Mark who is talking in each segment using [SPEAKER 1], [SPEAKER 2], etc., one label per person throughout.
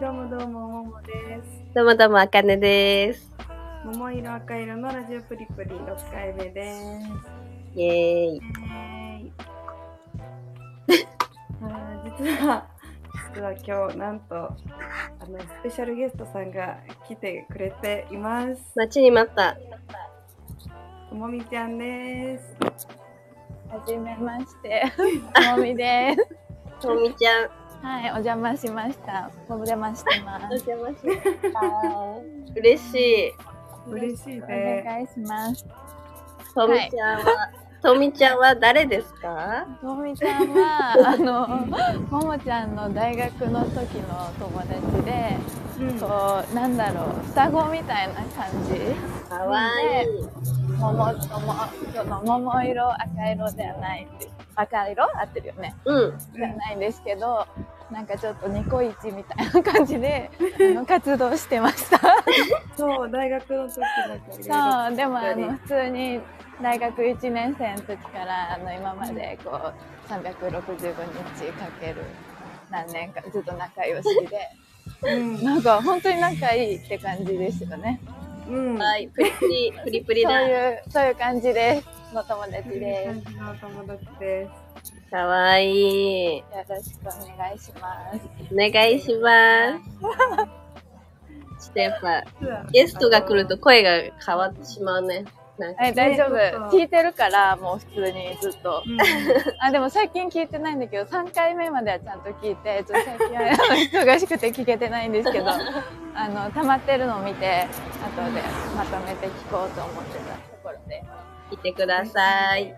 [SPEAKER 1] どうもどうもももです。
[SPEAKER 2] どうもどうも、あかねです。
[SPEAKER 1] 桃色赤色のラジオプリプリ6回目です。
[SPEAKER 2] イエーイ。
[SPEAKER 1] えーいあー実は実は今日なんとあのスペシャルゲストさんが来てくれています。
[SPEAKER 2] 待ちに待った。
[SPEAKER 1] ともみちゃんです。
[SPEAKER 3] はじめま して、ともみです。
[SPEAKER 2] とみちゃん。
[SPEAKER 3] はい、お邪魔しました。お邪魔してます。
[SPEAKER 2] 邪魔しました。嬉しい。
[SPEAKER 1] 嬉しい
[SPEAKER 3] お
[SPEAKER 1] ね。
[SPEAKER 3] 願いします。
[SPEAKER 2] とみちゃんは、とみちゃんは誰ですか
[SPEAKER 3] ともみちゃん は、あの、ももちゃんの大学の時の友達で、
[SPEAKER 1] うん
[SPEAKER 3] こう、なんだろう、双子みたいな感じ。
[SPEAKER 2] かわいい。
[SPEAKER 3] もも、とも、その、桃色、赤色ではないっていう。赤色合ってるよね。
[SPEAKER 2] うん。
[SPEAKER 3] じゃないんですけど、なんかちょっとニコイチみたいな感 じで、あの活動してました。
[SPEAKER 1] そう大学の時だから。
[SPEAKER 3] そうでもあの
[SPEAKER 1] ね
[SPEAKER 3] 普通に大学1年生の時からあの今までこう365日かける何年かずっと仲良しで
[SPEAKER 1] うん
[SPEAKER 3] なんか本当に仲いいって感じですよね
[SPEAKER 1] うん。
[SPEAKER 2] は
[SPEAKER 1] はい。
[SPEAKER 2] い。プリプリ、プリプ
[SPEAKER 3] そ
[SPEAKER 2] リ
[SPEAKER 3] う
[SPEAKER 2] だ。
[SPEAKER 3] いうそういう感じですの友達
[SPEAKER 1] 感
[SPEAKER 3] で
[SPEAKER 1] じのお友達です。
[SPEAKER 2] かわいい。
[SPEAKER 3] すよろしくお願いします
[SPEAKER 2] お願いします。ちょっとやっぱ、ゲストが来ると声が変わってしまうね。なんか、
[SPEAKER 3] え大丈夫
[SPEAKER 1] ちょっと
[SPEAKER 3] 聞いてるからもう普通にずっと
[SPEAKER 1] うん。
[SPEAKER 3] あでも最近聞いてないんだけど3回目まではちゃんと聞いてちょっと最近は忙しくて聞けてないんですけど あの溜まってるのを見て後でまとめて聞こうと思ってたところでは
[SPEAKER 2] 来てください。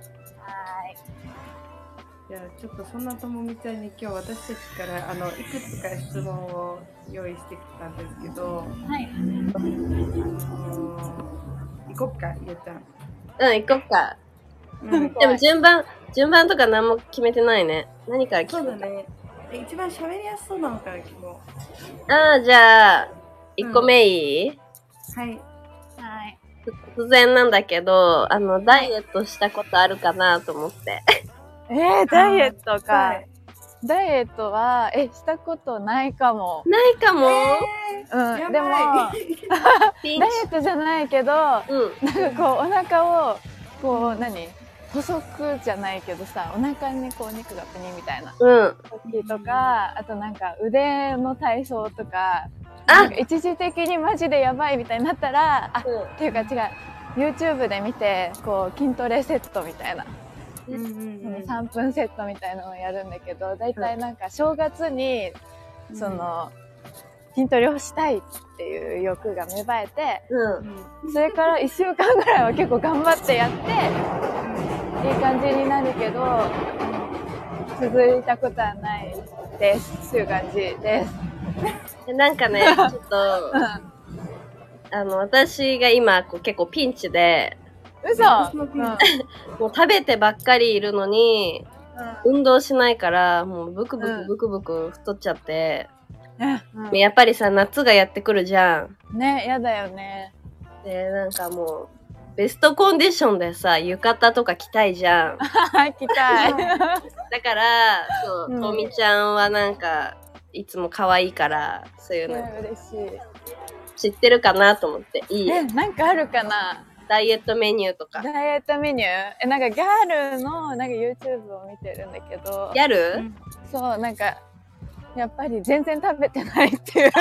[SPEAKER 1] じゃあちょっとそんなともみちゃんに今日私たちからあのいくつか質問を用意してきたんですけど、
[SPEAKER 3] ーいはい
[SPEAKER 1] あのー行こっかゆうちゃん。
[SPEAKER 2] うん、行こっか。
[SPEAKER 1] うん、
[SPEAKER 2] でも順番、順番とか何も決めてないね。何から聞
[SPEAKER 1] そう
[SPEAKER 2] く
[SPEAKER 1] だね。え一番喋りやすそうなのから聞こ
[SPEAKER 2] ああ、じゃあ、1個目いい、
[SPEAKER 1] う。はい。
[SPEAKER 3] はい
[SPEAKER 2] 突然なんだけど、あの、ダイエットしたことあるかなと思って。
[SPEAKER 3] えー、ダイエット
[SPEAKER 1] は
[SPEAKER 3] か
[SPEAKER 1] い。
[SPEAKER 3] ダイエットはえしたことないかも、
[SPEAKER 2] ないかも、
[SPEAKER 3] う ん、でも
[SPEAKER 1] や
[SPEAKER 3] ダイ
[SPEAKER 2] ピ
[SPEAKER 3] エ
[SPEAKER 2] ンチ。
[SPEAKER 3] ットじゃないけどなんか
[SPEAKER 2] うん。
[SPEAKER 3] こうお腹をこう何細くじゃないけどさお腹にこう肉がプニみたいな
[SPEAKER 2] うん。
[SPEAKER 3] 時とか、あとなんか腕の体操とか、な
[SPEAKER 2] あ
[SPEAKER 3] んか一時的にマジでやばいみたいになったら、あ、っていうか違う、YouTube で見て、こう筋トレセットみたいな、
[SPEAKER 1] うんうんうん。
[SPEAKER 3] 3分セットみたいなのをやるんだけど、だいたいなんか正月に、その、筋トレをしたいっていう欲が芽生えて、
[SPEAKER 2] う。
[SPEAKER 1] うんん。うん
[SPEAKER 3] それから1週間ぐらいは結構頑張ってやって、いい感じになるけど、続いたことはないです。っていう感じです。
[SPEAKER 2] でなんかね、ちょっと、あの、私が今、こう結構ピンチで、
[SPEAKER 3] 嘘
[SPEAKER 1] 私もピンチ
[SPEAKER 3] うん
[SPEAKER 2] もう食べてばっかりいるのに、運動しないから、もうブクブ
[SPEAKER 3] う
[SPEAKER 2] ク
[SPEAKER 3] ん
[SPEAKER 2] ブクブク太っちゃって、
[SPEAKER 3] うん
[SPEAKER 2] やっぱりさ、夏がやってくるじゃん。
[SPEAKER 3] ね、やだよね。
[SPEAKER 2] で、なんかもう、ベストコンディションでさ、浴衣とか着たいじ ゃん。
[SPEAKER 3] 行きたい。
[SPEAKER 2] だから、そうう、
[SPEAKER 3] ん
[SPEAKER 2] とみちゃんはなんか、いつも可愛いから、そういうの
[SPEAKER 3] 嬉し
[SPEAKER 2] 知ってるかなと思って、い
[SPEAKER 3] い。
[SPEAKER 2] い
[SPEAKER 3] え、なんかあるかな
[SPEAKER 2] ダイエットメニューとか。
[SPEAKER 3] ダイエットメニューえ、なんかギャルの、なんか YouTube を見てるんだけど
[SPEAKER 2] ギ、ャル
[SPEAKER 3] そう、なんか、やっぱり全然食べてないっていう。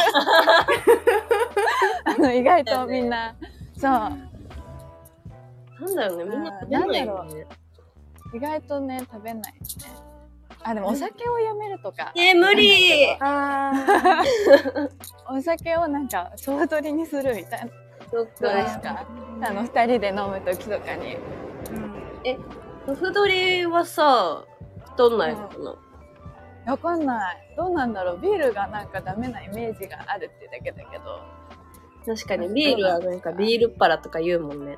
[SPEAKER 3] あの、意外とみんな、そう、
[SPEAKER 2] なんだろうね、みんな食べないよね。
[SPEAKER 3] 意外とね、食べないね。あ、でもお酒をやめるとか。
[SPEAKER 2] ねえ無理
[SPEAKER 1] あ
[SPEAKER 3] お酒をなんか、総取りにするみたいな。
[SPEAKER 2] そっ
[SPEAKER 3] どうです
[SPEAKER 2] か。
[SPEAKER 3] か
[SPEAKER 1] ー
[SPEAKER 3] あの、二人で飲む時とかに。
[SPEAKER 1] うん
[SPEAKER 2] ふふどりはさ、太んないのかな。
[SPEAKER 3] わかんない。どうなんだろう。ビールがなんかダメなイメージがあるってだけだけど。
[SPEAKER 2] 確かに、ビールはなんかビールっ腹とか言うもんね。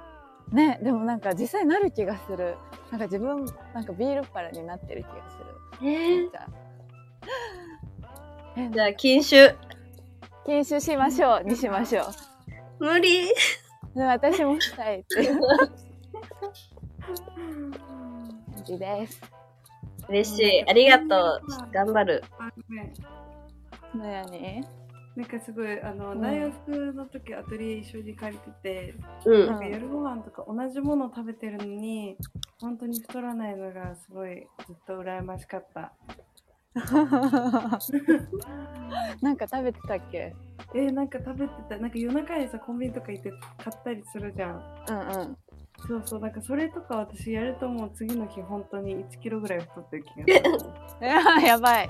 [SPEAKER 3] ね、でもなんか実際なる気がする。なんか自分、なんかビールっ腹になってる気がする。
[SPEAKER 2] え
[SPEAKER 3] じゃあ。え
[SPEAKER 2] じゃあ、禁酒。
[SPEAKER 3] 禁酒しましょうにしましょ
[SPEAKER 2] 無理。
[SPEAKER 3] う。で私もしたいっていう感じです。
[SPEAKER 2] 嬉しい。ありがとう。頑張る。
[SPEAKER 1] あごめん
[SPEAKER 3] のように。
[SPEAKER 1] なんかすごいあの、
[SPEAKER 3] うん
[SPEAKER 1] 大学の時アトリエ一緒に借りてて、
[SPEAKER 2] うん
[SPEAKER 1] なんか夜ご飯とか同じもの食べてるのに本当に太らないのがすごいずっと羨ましかった
[SPEAKER 3] なんか食べてたっけ
[SPEAKER 1] えーなんか食べてたなんか夜中にさコンビニとか行って買ったりするじゃん
[SPEAKER 3] うんうん
[SPEAKER 1] そうそうなんかそれとか私やるともう次の日本当に1キロぐらい太ってる気がする
[SPEAKER 3] いや やばい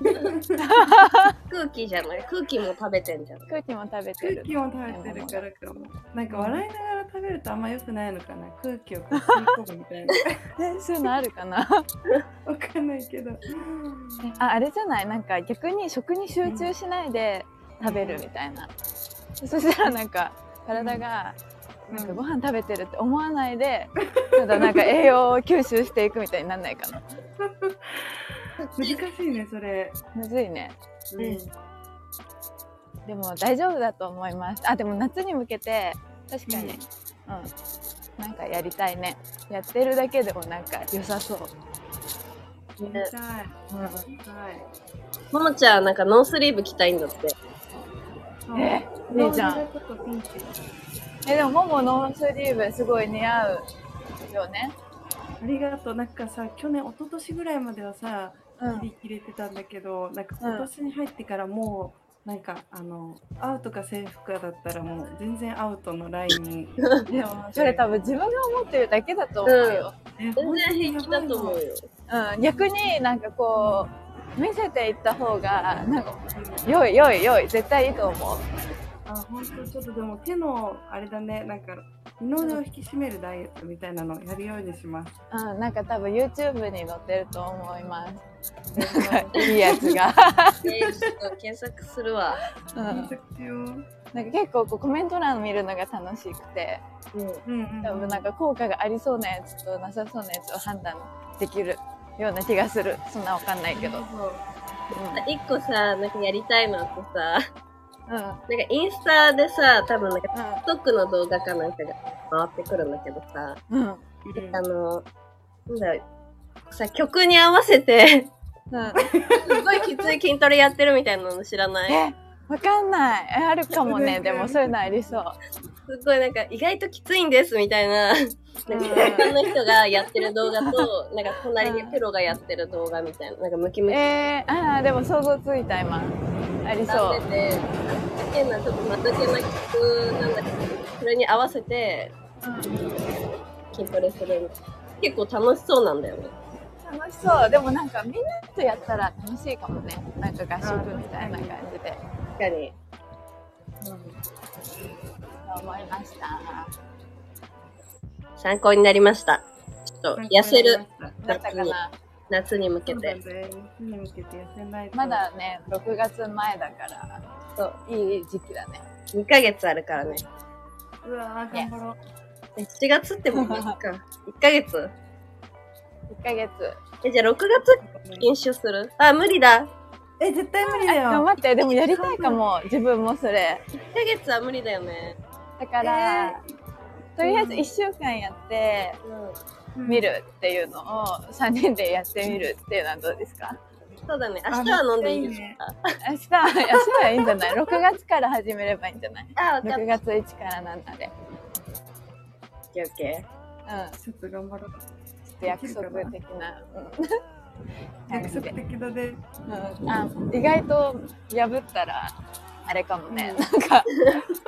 [SPEAKER 2] 空気じゃない空気も食べてんじゃん。
[SPEAKER 3] 空気も食べて
[SPEAKER 1] 空
[SPEAKER 3] る
[SPEAKER 1] 気も食べてるからかもなんか笑いながら食べるとあんま良くないのかな空気をこう吸い込むみたい な
[SPEAKER 3] えそういうのあるかな
[SPEAKER 1] わかんないけど
[SPEAKER 3] ああれじゃないなんか逆に食に集中しないで食べるみたいな、そしたらなんか体がなんかご飯食べてるって思わないで、ただなんか栄養を吸収していくみたいになんないかな
[SPEAKER 1] 難しいねそれ、
[SPEAKER 3] むずいね
[SPEAKER 1] うん
[SPEAKER 3] でも大丈夫だと思いますあでも夏に向けて確かにうん、なんかやりたいねやってるだけでもなんか良さそう、
[SPEAKER 1] 見たい見たい
[SPEAKER 2] ももちゃんなんかノースリーブ着たいんだって。
[SPEAKER 1] そう
[SPEAKER 3] え姉ちゃん
[SPEAKER 1] ちょっとピンチ
[SPEAKER 3] えでもももノースリーブすごい似合うよね
[SPEAKER 1] ありがとうなんかさ去年一昨年ぐらいまではさ
[SPEAKER 3] う
[SPEAKER 1] 切り切れてたんだけどなんか今年に入ってからもうなんかあのアウトか制服かだったらもう全然アウトのライン に
[SPEAKER 3] でもそれ多分自分が思ってるだけだと思うよ、
[SPEAKER 1] え
[SPEAKER 2] 全然平気だと思うよ。
[SPEAKER 3] うん逆になんかこう見せていった方がなんか良い良い良い絶対いいと思う
[SPEAKER 1] あ本当ちょっとでも手のあれだねなんか二の腕を引き締めるダイエットみたいなのをやるようにします
[SPEAKER 3] うん、なんか多分 YouTube に載ってると思います。いいやつ が。
[SPEAKER 2] えーちょっと検索するわ。
[SPEAKER 3] うん、なんか
[SPEAKER 1] 検索しよう
[SPEAKER 3] 結構こうコメント欄見るのが楽しくて、
[SPEAKER 1] うんうん
[SPEAKER 3] 多分なんか効果がありそうなやつとなさそうなやつを判断できるような気がする。そんなわかんないけど。うん。
[SPEAKER 1] そう
[SPEAKER 2] 一個さ、なんかやりたいのってさ、なんか
[SPEAKER 3] うん。
[SPEAKER 2] インスタでさ、多分なんか TikTok の動画かなんかが回ってくるんだけどさ、
[SPEAKER 3] うん。うん。
[SPEAKER 2] あの、なんだろう、さ、曲に合わせて、
[SPEAKER 3] うん、
[SPEAKER 2] すごいきつい筋トレやってるみたいなの知らない
[SPEAKER 3] え、わかんない。えあるかも ね。でもそういうのありそう。
[SPEAKER 2] すっごいなんか意外ときついんですみたいな、なんか一般の人がやってる動画と、なんか隣でプロがやってる動画みたいな、なんかムキムキ
[SPEAKER 3] えー、ああ、でも想像ついた今。あり
[SPEAKER 2] なっ
[SPEAKER 3] そう
[SPEAKER 2] て。て、変なちょっと間抜けな曲なんだけど、それに合わせて筋トレするみたいな。結構楽しそうなんだよね。
[SPEAKER 3] 楽しそうでもなんかみんなとやったら楽しいかもねなんか合宿みたいな感じで
[SPEAKER 2] 確かに。
[SPEAKER 3] 思いました
[SPEAKER 2] 参考になりました。ちょっと痩せる
[SPEAKER 3] だったかな
[SPEAKER 2] 夏に向け
[SPEAKER 1] そうだ
[SPEAKER 2] て
[SPEAKER 1] ね。夏に向けて痩せないと
[SPEAKER 3] まだね6月前だから
[SPEAKER 2] そう。
[SPEAKER 3] いい時期だね
[SPEAKER 2] 2ヶ月あるからね。
[SPEAKER 1] うわー頑張ろう
[SPEAKER 2] 7月ってもういい か。1ヶ月。
[SPEAKER 3] 1ヶ月
[SPEAKER 2] え、じゃあ6月飲酒するあ、無理だ。
[SPEAKER 1] え絶対無理だ
[SPEAKER 3] 頑
[SPEAKER 1] よ
[SPEAKER 3] 張ってでもやりたいかも自分もそれ
[SPEAKER 2] 1ヶ月は無理だよね。
[SPEAKER 3] だから、
[SPEAKER 1] え
[SPEAKER 3] とりあえず1週間やって
[SPEAKER 2] う
[SPEAKER 3] みるっていうのを3人でやってみるっていうのはどうですか
[SPEAKER 2] ん。そうだね。
[SPEAKER 1] あ
[SPEAKER 2] 明日は飲んでいいです
[SPEAKER 1] めっち
[SPEAKER 2] か
[SPEAKER 3] 明日明日はいいんじゃない6月から始めればいいんじゃない
[SPEAKER 2] あ、わかっ
[SPEAKER 3] 6月1からなんだで
[SPEAKER 2] た。オッケ
[SPEAKER 3] うん
[SPEAKER 1] ちょっと頑張ろう
[SPEAKER 3] ちょっと約束的な。うん
[SPEAKER 1] 約束的だね
[SPEAKER 3] うんあ意外と破ったらあれかもね、なんか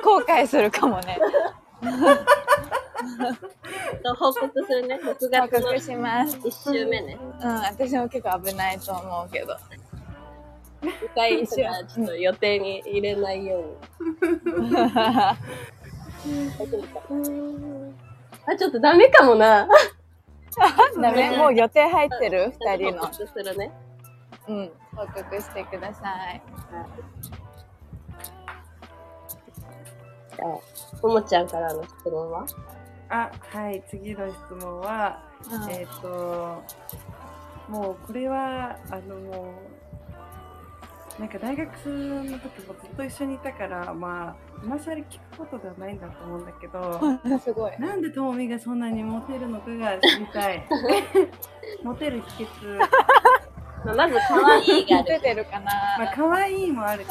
[SPEAKER 3] 後悔するかも ね
[SPEAKER 2] ーオッケー。と報告するね。6月
[SPEAKER 3] 報
[SPEAKER 2] の
[SPEAKER 3] 告します、
[SPEAKER 2] 1週目ね。
[SPEAKER 3] うん、私も結構危ないと思うけ ど
[SPEAKER 2] 2回以上はちょっと予定に入れないように。大丈夫かあ、ちょっとダメかもな。
[SPEAKER 3] ダメもう予定入ってる2人
[SPEAKER 2] 報
[SPEAKER 3] の、
[SPEAKER 2] 告するね。
[SPEAKER 3] うん、報告してください
[SPEAKER 2] じゃあ、ももちゃんからの質問は
[SPEAKER 1] あはい次の質問は、
[SPEAKER 3] うん
[SPEAKER 1] えっ、ともうこれはあのもうなんか大学の時もずっと一緒にいたからまあ今更聞くことではないんだと思うんだけど
[SPEAKER 3] すごい
[SPEAKER 1] なんでともみがそんなにモテるのかが知り たいモテる秘訣
[SPEAKER 2] まあまず、可愛いがあ
[SPEAKER 3] 出
[SPEAKER 2] る。
[SPEAKER 3] てるかな、
[SPEAKER 1] まあ可愛いもあるけど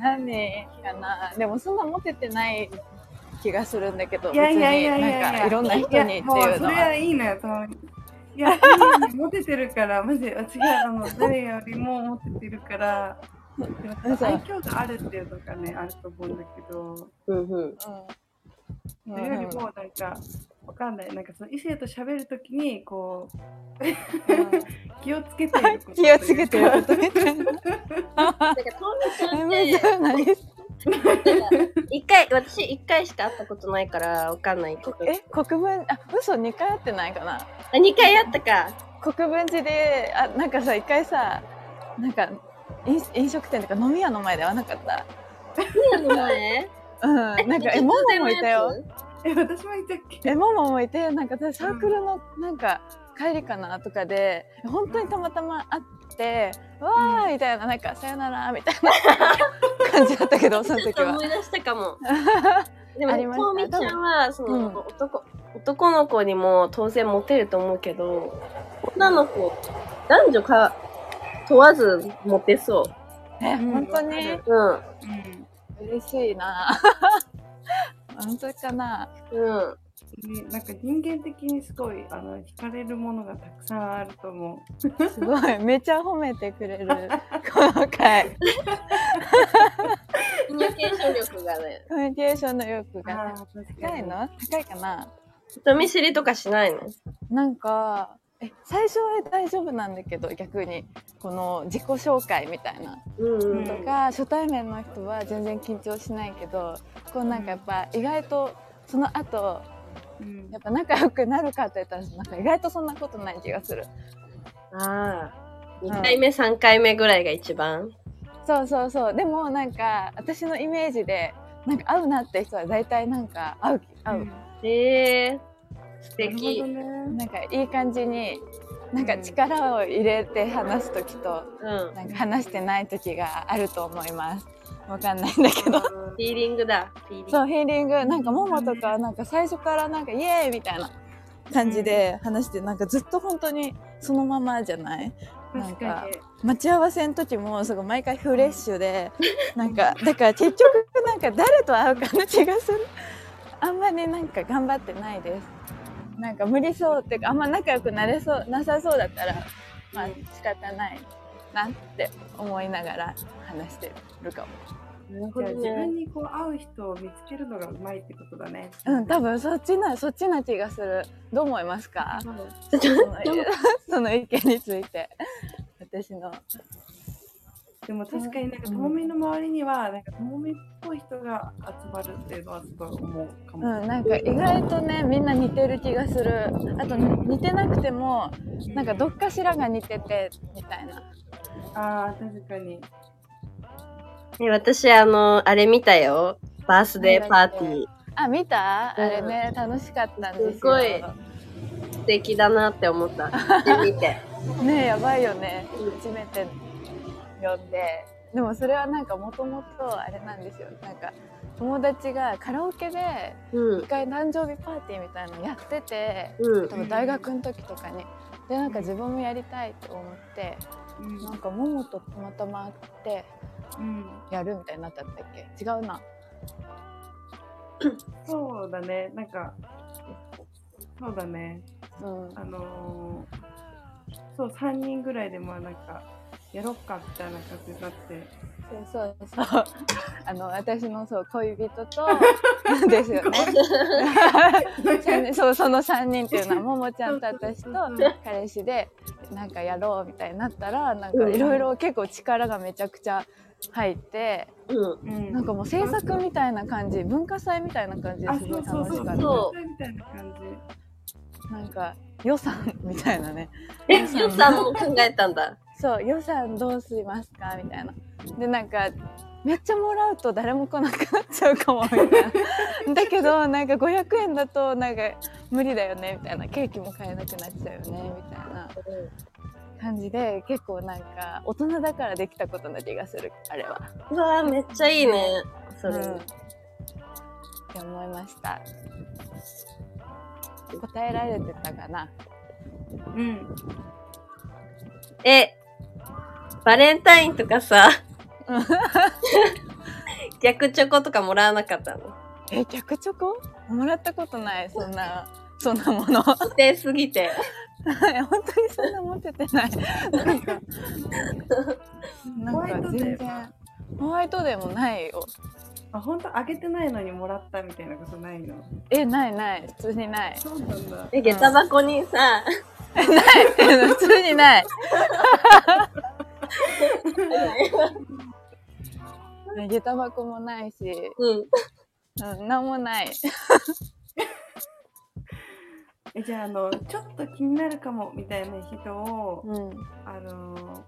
[SPEAKER 3] 何かなでもそんなモテてない気がするんだけど
[SPEAKER 1] いやいやいやいや
[SPEAKER 3] 別に
[SPEAKER 1] い
[SPEAKER 3] なん
[SPEAKER 1] や
[SPEAKER 3] かいろんな人にってい
[SPEAKER 1] や
[SPEAKER 3] うの
[SPEAKER 1] もうそれ
[SPEAKER 3] は
[SPEAKER 1] はいいのよそのいやいいのよモテてるからマジで私があの誰よりもモテてるからでも
[SPEAKER 3] 嘘
[SPEAKER 1] 愛嬌があるっていうのがねあると思うんだけど
[SPEAKER 2] うんうん。
[SPEAKER 3] うん
[SPEAKER 1] それよりもなんかわかんないなんかその異性と喋るときにこう気をつけてること
[SPEAKER 3] 気をつけてるこ
[SPEAKER 1] と
[SPEAKER 3] と
[SPEAKER 1] いう
[SPEAKER 3] みたいな。
[SPEAKER 2] なんか、トミちゃんっ
[SPEAKER 3] むず
[SPEAKER 2] て、
[SPEAKER 3] い何
[SPEAKER 2] 一回、私一回しか会ったことないから、わかんないけど。
[SPEAKER 3] え国分あ嘘2回会ってないかな
[SPEAKER 2] あ、二回会ったか。
[SPEAKER 3] 国分寺であなんかさ一回さなんか飲飲食店とか飲み屋の前で会わなかった
[SPEAKER 2] 何の前
[SPEAKER 3] うんなんかえモモもいたよ。
[SPEAKER 1] え私もいたっけ
[SPEAKER 3] えモモもいてなんかサークルのなんか帰りかなとかで本当にたまたま会って、わーみたいななんかさよならみたい な感じだったけ どその
[SPEAKER 2] ちょっ
[SPEAKER 3] 時
[SPEAKER 2] と
[SPEAKER 3] は
[SPEAKER 2] 思い出したかも。で
[SPEAKER 3] ありま
[SPEAKER 2] も、
[SPEAKER 3] した
[SPEAKER 2] トミちゃんは、その、
[SPEAKER 3] うん
[SPEAKER 2] 男、男の子にも当然モテると思うけど、女の子、男女か、問わずモテそ
[SPEAKER 3] え本当に
[SPEAKER 1] うん
[SPEAKER 2] う。うん。
[SPEAKER 3] 嬉しいな 本当かな
[SPEAKER 2] うん。
[SPEAKER 1] ねなんか人間的にすごいあの惹かれるものがたくさんあると思う。
[SPEAKER 3] すごいめちゃ褒めてくれるこの回
[SPEAKER 2] コミュニケーション力がね。
[SPEAKER 3] コミュニケーションの欲
[SPEAKER 1] あ
[SPEAKER 3] が
[SPEAKER 1] ー確
[SPEAKER 3] 高いの高いかな
[SPEAKER 2] 人見知りとかしないの
[SPEAKER 3] なんかえ最初は大丈夫なんだけど逆にこの自己紹介みたいな
[SPEAKER 2] うんう
[SPEAKER 1] うん
[SPEAKER 2] ん。
[SPEAKER 3] とか初対面の人は全然緊張しないけどこうなんかやっぱ意外とその後
[SPEAKER 1] うん
[SPEAKER 3] やっぱ仲良くなるかって言ったらなんか意外とそんなことない気がする
[SPEAKER 2] ああ。2回目、3回目ぐらいが一番。
[SPEAKER 3] そうそうそうでもなんか私のイメージでなんか合うなって人は大体なんか合う合う、
[SPEAKER 2] へえ。素敵。
[SPEAKER 1] なるほどね
[SPEAKER 3] なんかいい感じになんか力を入れて話す時と
[SPEAKER 2] うん。
[SPEAKER 3] なんか話してない時があると思いますわかんないんだけど
[SPEAKER 2] フィーリングだ。フィーリング。
[SPEAKER 3] そうヒーリングなんかももとかはなんか最初からなんかイエーイみたいな感じで話してなんかずっと本当にそのままじゃないなん
[SPEAKER 1] 確か
[SPEAKER 3] か待ち合わせの時もすごい毎回フレッシュでなんかだから結局なんか誰と会うかな気がするあんまりなんか頑張ってないですなんか無理そうっていうかあんま仲良くなれそうなさそうだったらまあ仕方ないなって思いながら話してるかも
[SPEAKER 2] なるほ
[SPEAKER 1] に。じ
[SPEAKER 2] ど
[SPEAKER 1] ゃあ
[SPEAKER 2] ね
[SPEAKER 1] 自分にこう合う人を見つけるのがうまいってことだね。
[SPEAKER 3] うん多分そっちなそっちな気がするどう思いますか
[SPEAKER 2] ちょっと
[SPEAKER 3] その
[SPEAKER 2] でも
[SPEAKER 3] その意見について私の
[SPEAKER 1] でも確かになんか
[SPEAKER 3] う
[SPEAKER 1] と
[SPEAKER 3] ん
[SPEAKER 1] もみの周りにはなんかともみっぽい人が集まるっていうのはすごい思うか
[SPEAKER 3] う
[SPEAKER 1] も。
[SPEAKER 3] ん、なんか意外とねみんな似てる気がするあと似てなくてもなんかどっかしらが似ててみたいな
[SPEAKER 1] ああ確かに。
[SPEAKER 2] ね私、あの、あれ見たよ。バースデーパーティー。
[SPEAKER 3] あ見たあ
[SPEAKER 2] うん
[SPEAKER 3] れね楽しかったんですよ
[SPEAKER 2] すごい素敵だなって思った。で、見て。
[SPEAKER 3] ねやばいよね初めて呼んででもそれはなんかもともとあれなんですよなんか友達がカラオケで
[SPEAKER 2] う
[SPEAKER 3] 一
[SPEAKER 2] ん。
[SPEAKER 3] 回誕生日パーティーみたいのやってて
[SPEAKER 2] うん
[SPEAKER 3] 多。分大学の時とかにでなんか自分もやりたいと思って
[SPEAKER 1] うん
[SPEAKER 3] なんかももとたまたま会って
[SPEAKER 1] うん
[SPEAKER 3] やるみたいになったんだっけ違うな
[SPEAKER 1] そうだねなんかそうだね
[SPEAKER 3] うん
[SPEAKER 1] あのーそう3人ぐらいでまあなんかやろっかみたいな感じになって
[SPEAKER 3] そうそうそう あの私のそう恋人 とですよ ね三人 そうその3人っていうのはももちゃんと私と彼氏でなんかやろうみたいになったらなんかいろいろ結構力がめちゃくちゃ入って
[SPEAKER 2] うん。
[SPEAKER 1] うん
[SPEAKER 3] なんかもう制作みたいな感じ文化祭みたいな感じで
[SPEAKER 1] あ
[SPEAKER 3] す
[SPEAKER 1] そ
[SPEAKER 3] ごいう
[SPEAKER 1] そう
[SPEAKER 3] 楽
[SPEAKER 1] そ
[SPEAKER 3] し
[SPEAKER 1] う
[SPEAKER 3] かっ
[SPEAKER 2] そ
[SPEAKER 1] みたいな感じ
[SPEAKER 3] たなんか予算みたいなね
[SPEAKER 2] え、ヨさんも考えたんだ。
[SPEAKER 3] そう予算どうしますかみたいなでなんかめっちゃもらうと誰も来なくなっちゃうかもみたいなだけどなんか500円だとなんか無理だよねみたいなケーキも買えなくなっちゃうよねみたいな感じで結構なんか大人だからできたことな気がするあれは
[SPEAKER 2] うわーめっちゃいいね。それ。
[SPEAKER 3] うんって思いました答えられてたかな
[SPEAKER 1] うん
[SPEAKER 2] え、バレンタインとかさ、逆チョコとかもらわなかったの。
[SPEAKER 3] え、逆チョコもらったことない、そんな、そんなもの。
[SPEAKER 2] 固定すぎて。
[SPEAKER 3] はい本当にそんな持っててない。なんか、なんか全然、ホワイトデーもないよ。
[SPEAKER 1] あ本当あげてないのにもらったみたいなことないの
[SPEAKER 3] え、ないない、普通にない。
[SPEAKER 1] そうなんだ
[SPEAKER 2] え、下駄箱にさ、
[SPEAKER 3] 普通にない。ね下駄箱もないし、
[SPEAKER 2] うん。
[SPEAKER 3] うん、なんもない。
[SPEAKER 1] えじゃああのちょっと気になるかもみたいな人を、
[SPEAKER 3] うん。
[SPEAKER 1] あの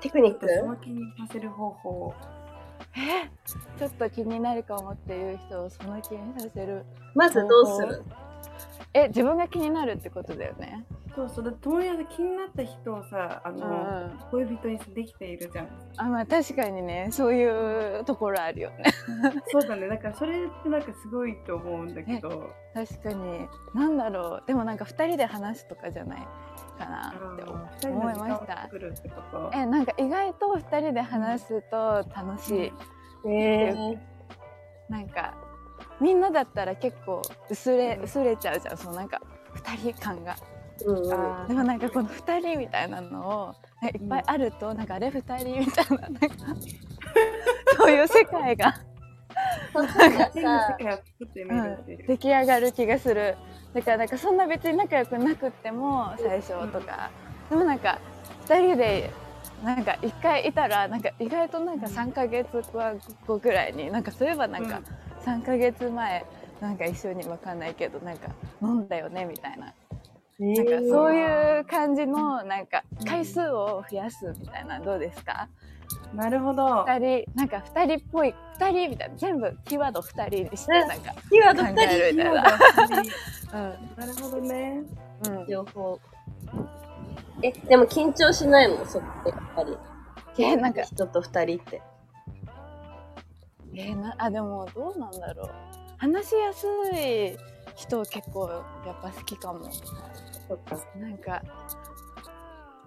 [SPEAKER 2] テクニッ
[SPEAKER 1] ち
[SPEAKER 2] ク
[SPEAKER 1] ょっとその気にさせる方法
[SPEAKER 3] え、ちょっと気になるかもっていう人をその気にさせる。
[SPEAKER 2] まずどうする
[SPEAKER 3] え、自分が気になるってことだよね。
[SPEAKER 1] そうそうだって友達が気になった人をさあ
[SPEAKER 3] う
[SPEAKER 1] の、
[SPEAKER 3] ん。
[SPEAKER 1] 恋人にできているじゃん
[SPEAKER 3] あ、まあ確かにね、そういうところあるよね。
[SPEAKER 1] そうだねだからそれってなんかすごいと思うんだけ ど
[SPEAKER 3] 確かに。なんだろう。でもなんか二人で話すとかじゃないか
[SPEAKER 1] あ
[SPEAKER 3] な
[SPEAKER 1] の
[SPEAKER 3] って
[SPEAKER 1] 二人
[SPEAKER 3] 思
[SPEAKER 1] の
[SPEAKER 3] い
[SPEAKER 1] 時
[SPEAKER 3] ま
[SPEAKER 1] 間
[SPEAKER 3] し
[SPEAKER 1] を
[SPEAKER 3] た。
[SPEAKER 1] 作るってこと
[SPEAKER 3] え、なんか意外と二人で話すと楽しい。
[SPEAKER 2] え
[SPEAKER 3] なんかみんなだったら結構薄れ
[SPEAKER 1] うん
[SPEAKER 3] 薄れちゃうじゃんそのなんか2人感が
[SPEAKER 2] うんうん。
[SPEAKER 1] あ
[SPEAKER 3] でもなんかこの2人みたいなのをなんかいっぱいあると、なんかあれ2人みたいななんかそういう世界が
[SPEAKER 2] そっちが
[SPEAKER 1] ーの世
[SPEAKER 2] さ、
[SPEAKER 1] 界を作ってみるっていう、
[SPEAKER 3] 出来上がる気がするだからなんかそんな別に仲良くなくっても最初とか、でもなんか2人でなんか1回いたらなんか意外となんか3ヶ月後ぐらいになんかそういえばなん
[SPEAKER 1] う
[SPEAKER 3] か
[SPEAKER 1] ん
[SPEAKER 3] 3ヶ月前なんか一緒にわかんないけどなんか飲んだよねみたいななんかそういう感じのなんか回数を増やすみたいなどうですか
[SPEAKER 1] なるほど
[SPEAKER 3] 2人なんか2人っぽい2人みたいな全部キーワード2人にして
[SPEAKER 2] うん
[SPEAKER 3] なんか、
[SPEAKER 2] 今はどっか
[SPEAKER 3] 考える
[SPEAKER 2] に
[SPEAKER 3] みたいなう
[SPEAKER 1] なるほどね
[SPEAKER 3] んうん、
[SPEAKER 2] 情報。え、でも緊張しないのそこって、やっぱり。
[SPEAKER 3] えなんか
[SPEAKER 2] 人と二人って。
[SPEAKER 3] えーなあでもどうなんだろう話しやすい人結構やっぱ好きかも
[SPEAKER 2] そっか。
[SPEAKER 3] なんか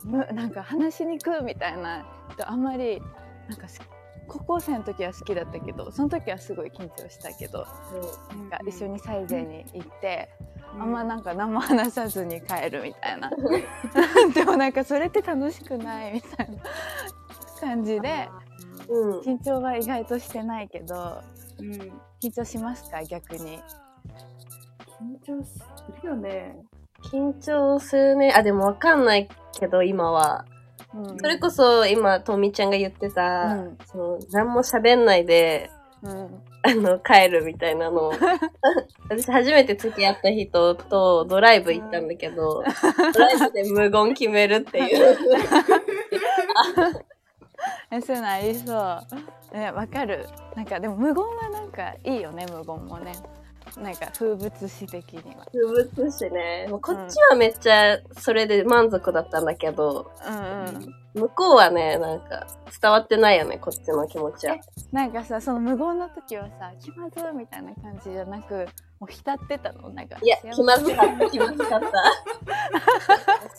[SPEAKER 3] むなんか話しにくいみたいな人あんまりなんかす高校生の時は好きだったけどその時はすごい緊張したけどなんか一緒にサイゼに行って、あんまなんか何も話さずに帰るみたいな でもなんかそれって楽しくないみたいな感じで
[SPEAKER 2] うん。
[SPEAKER 3] 緊張は意外としてないけど
[SPEAKER 1] うん、緊
[SPEAKER 3] 緊張しますか逆に
[SPEAKER 1] 張するよね
[SPEAKER 2] 緊張するね。あ、でもわかんないけど、今は。
[SPEAKER 3] うん
[SPEAKER 2] それこそ、今、とみちゃんが言って
[SPEAKER 3] う
[SPEAKER 2] さ、
[SPEAKER 3] ん
[SPEAKER 2] その、何も喋んないで、
[SPEAKER 3] うん
[SPEAKER 2] あの、帰るみたいなの を。私初めて付き合った人とドライブ行ったんだけど、ドライブで無言決めるっていう。
[SPEAKER 3] えそういうのありそうねわかるなんかでも無言はなんかいいよね無言もねなんか風物詩的には
[SPEAKER 2] つぶしね。もうこっちはめっちゃそれで満足だったんだけど、
[SPEAKER 3] うんうん
[SPEAKER 2] 向こうはね、なんか伝わってないよね、こっちの気持ちは
[SPEAKER 3] え。なんかさその無言の時はさ気まずいみたいな感じじゃなくもう浸ってたのなんか
[SPEAKER 2] いや、
[SPEAKER 3] 幸せ
[SPEAKER 2] 気まずかった、気まずかった。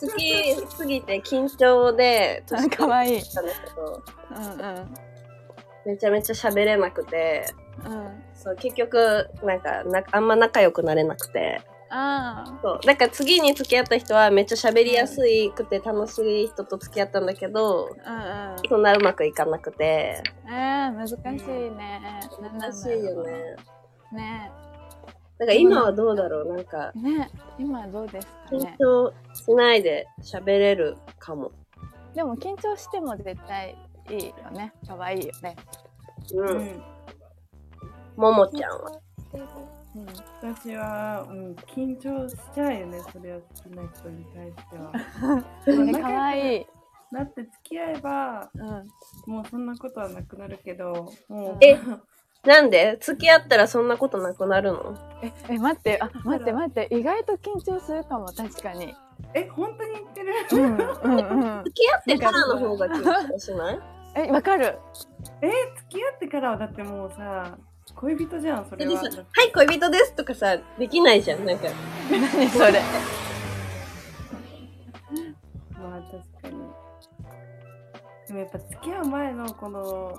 [SPEAKER 2] 好きすぎて緊張で、
[SPEAKER 3] あかわいい
[SPEAKER 2] たんだけど、
[SPEAKER 3] うんうん
[SPEAKER 2] めちゃめちゃ喋れなくて、
[SPEAKER 3] うん
[SPEAKER 2] そう、結局、なんかな、あんま仲良くなれなくて。
[SPEAKER 3] あ
[SPEAKER 2] そう。だから次に付き合った人はめっちゃ喋りやすくて楽しい人と付き合ったんだけど、
[SPEAKER 3] あうん
[SPEAKER 2] そんなうまくいかなくて。
[SPEAKER 3] うんあー難しいねなんなん
[SPEAKER 2] 難し
[SPEAKER 3] だろう
[SPEAKER 2] いよね。
[SPEAKER 3] ね
[SPEAKER 2] だから今はどうだろうなんか、
[SPEAKER 3] ね今どうですか
[SPEAKER 2] 緊
[SPEAKER 3] ね
[SPEAKER 2] 張しないで喋れるかも。
[SPEAKER 3] でも緊張しても絶対いいよね可愛いよね
[SPEAKER 2] う。
[SPEAKER 1] うんん
[SPEAKER 2] ももちゃんは。
[SPEAKER 3] うん
[SPEAKER 1] 私は、うん、緊張しちゃうよねそれは好きな人に対しては
[SPEAKER 3] ね可愛いい
[SPEAKER 1] なって付き合えば
[SPEAKER 3] うん
[SPEAKER 1] もうそんなことはなくなるけどもう
[SPEAKER 2] えなんで付き合ったらそんなことなくなるの
[SPEAKER 3] ええ待ってあ待って待って意外と緊張するかも確かに
[SPEAKER 1] え本当に言ってる
[SPEAKER 3] うんうんうん
[SPEAKER 2] 付き合ってからの方が緊張しない
[SPEAKER 3] えわかる
[SPEAKER 1] え付き合ってからはだってもうさ恋人じゃんそ
[SPEAKER 2] だ
[SPEAKER 1] れ
[SPEAKER 2] って
[SPEAKER 1] は
[SPEAKER 2] さ、はい、恋人ですとかさ、できないじゃん。なんか、
[SPEAKER 3] 何それ
[SPEAKER 1] まあ確かにでもやっぱ付き合う前のこの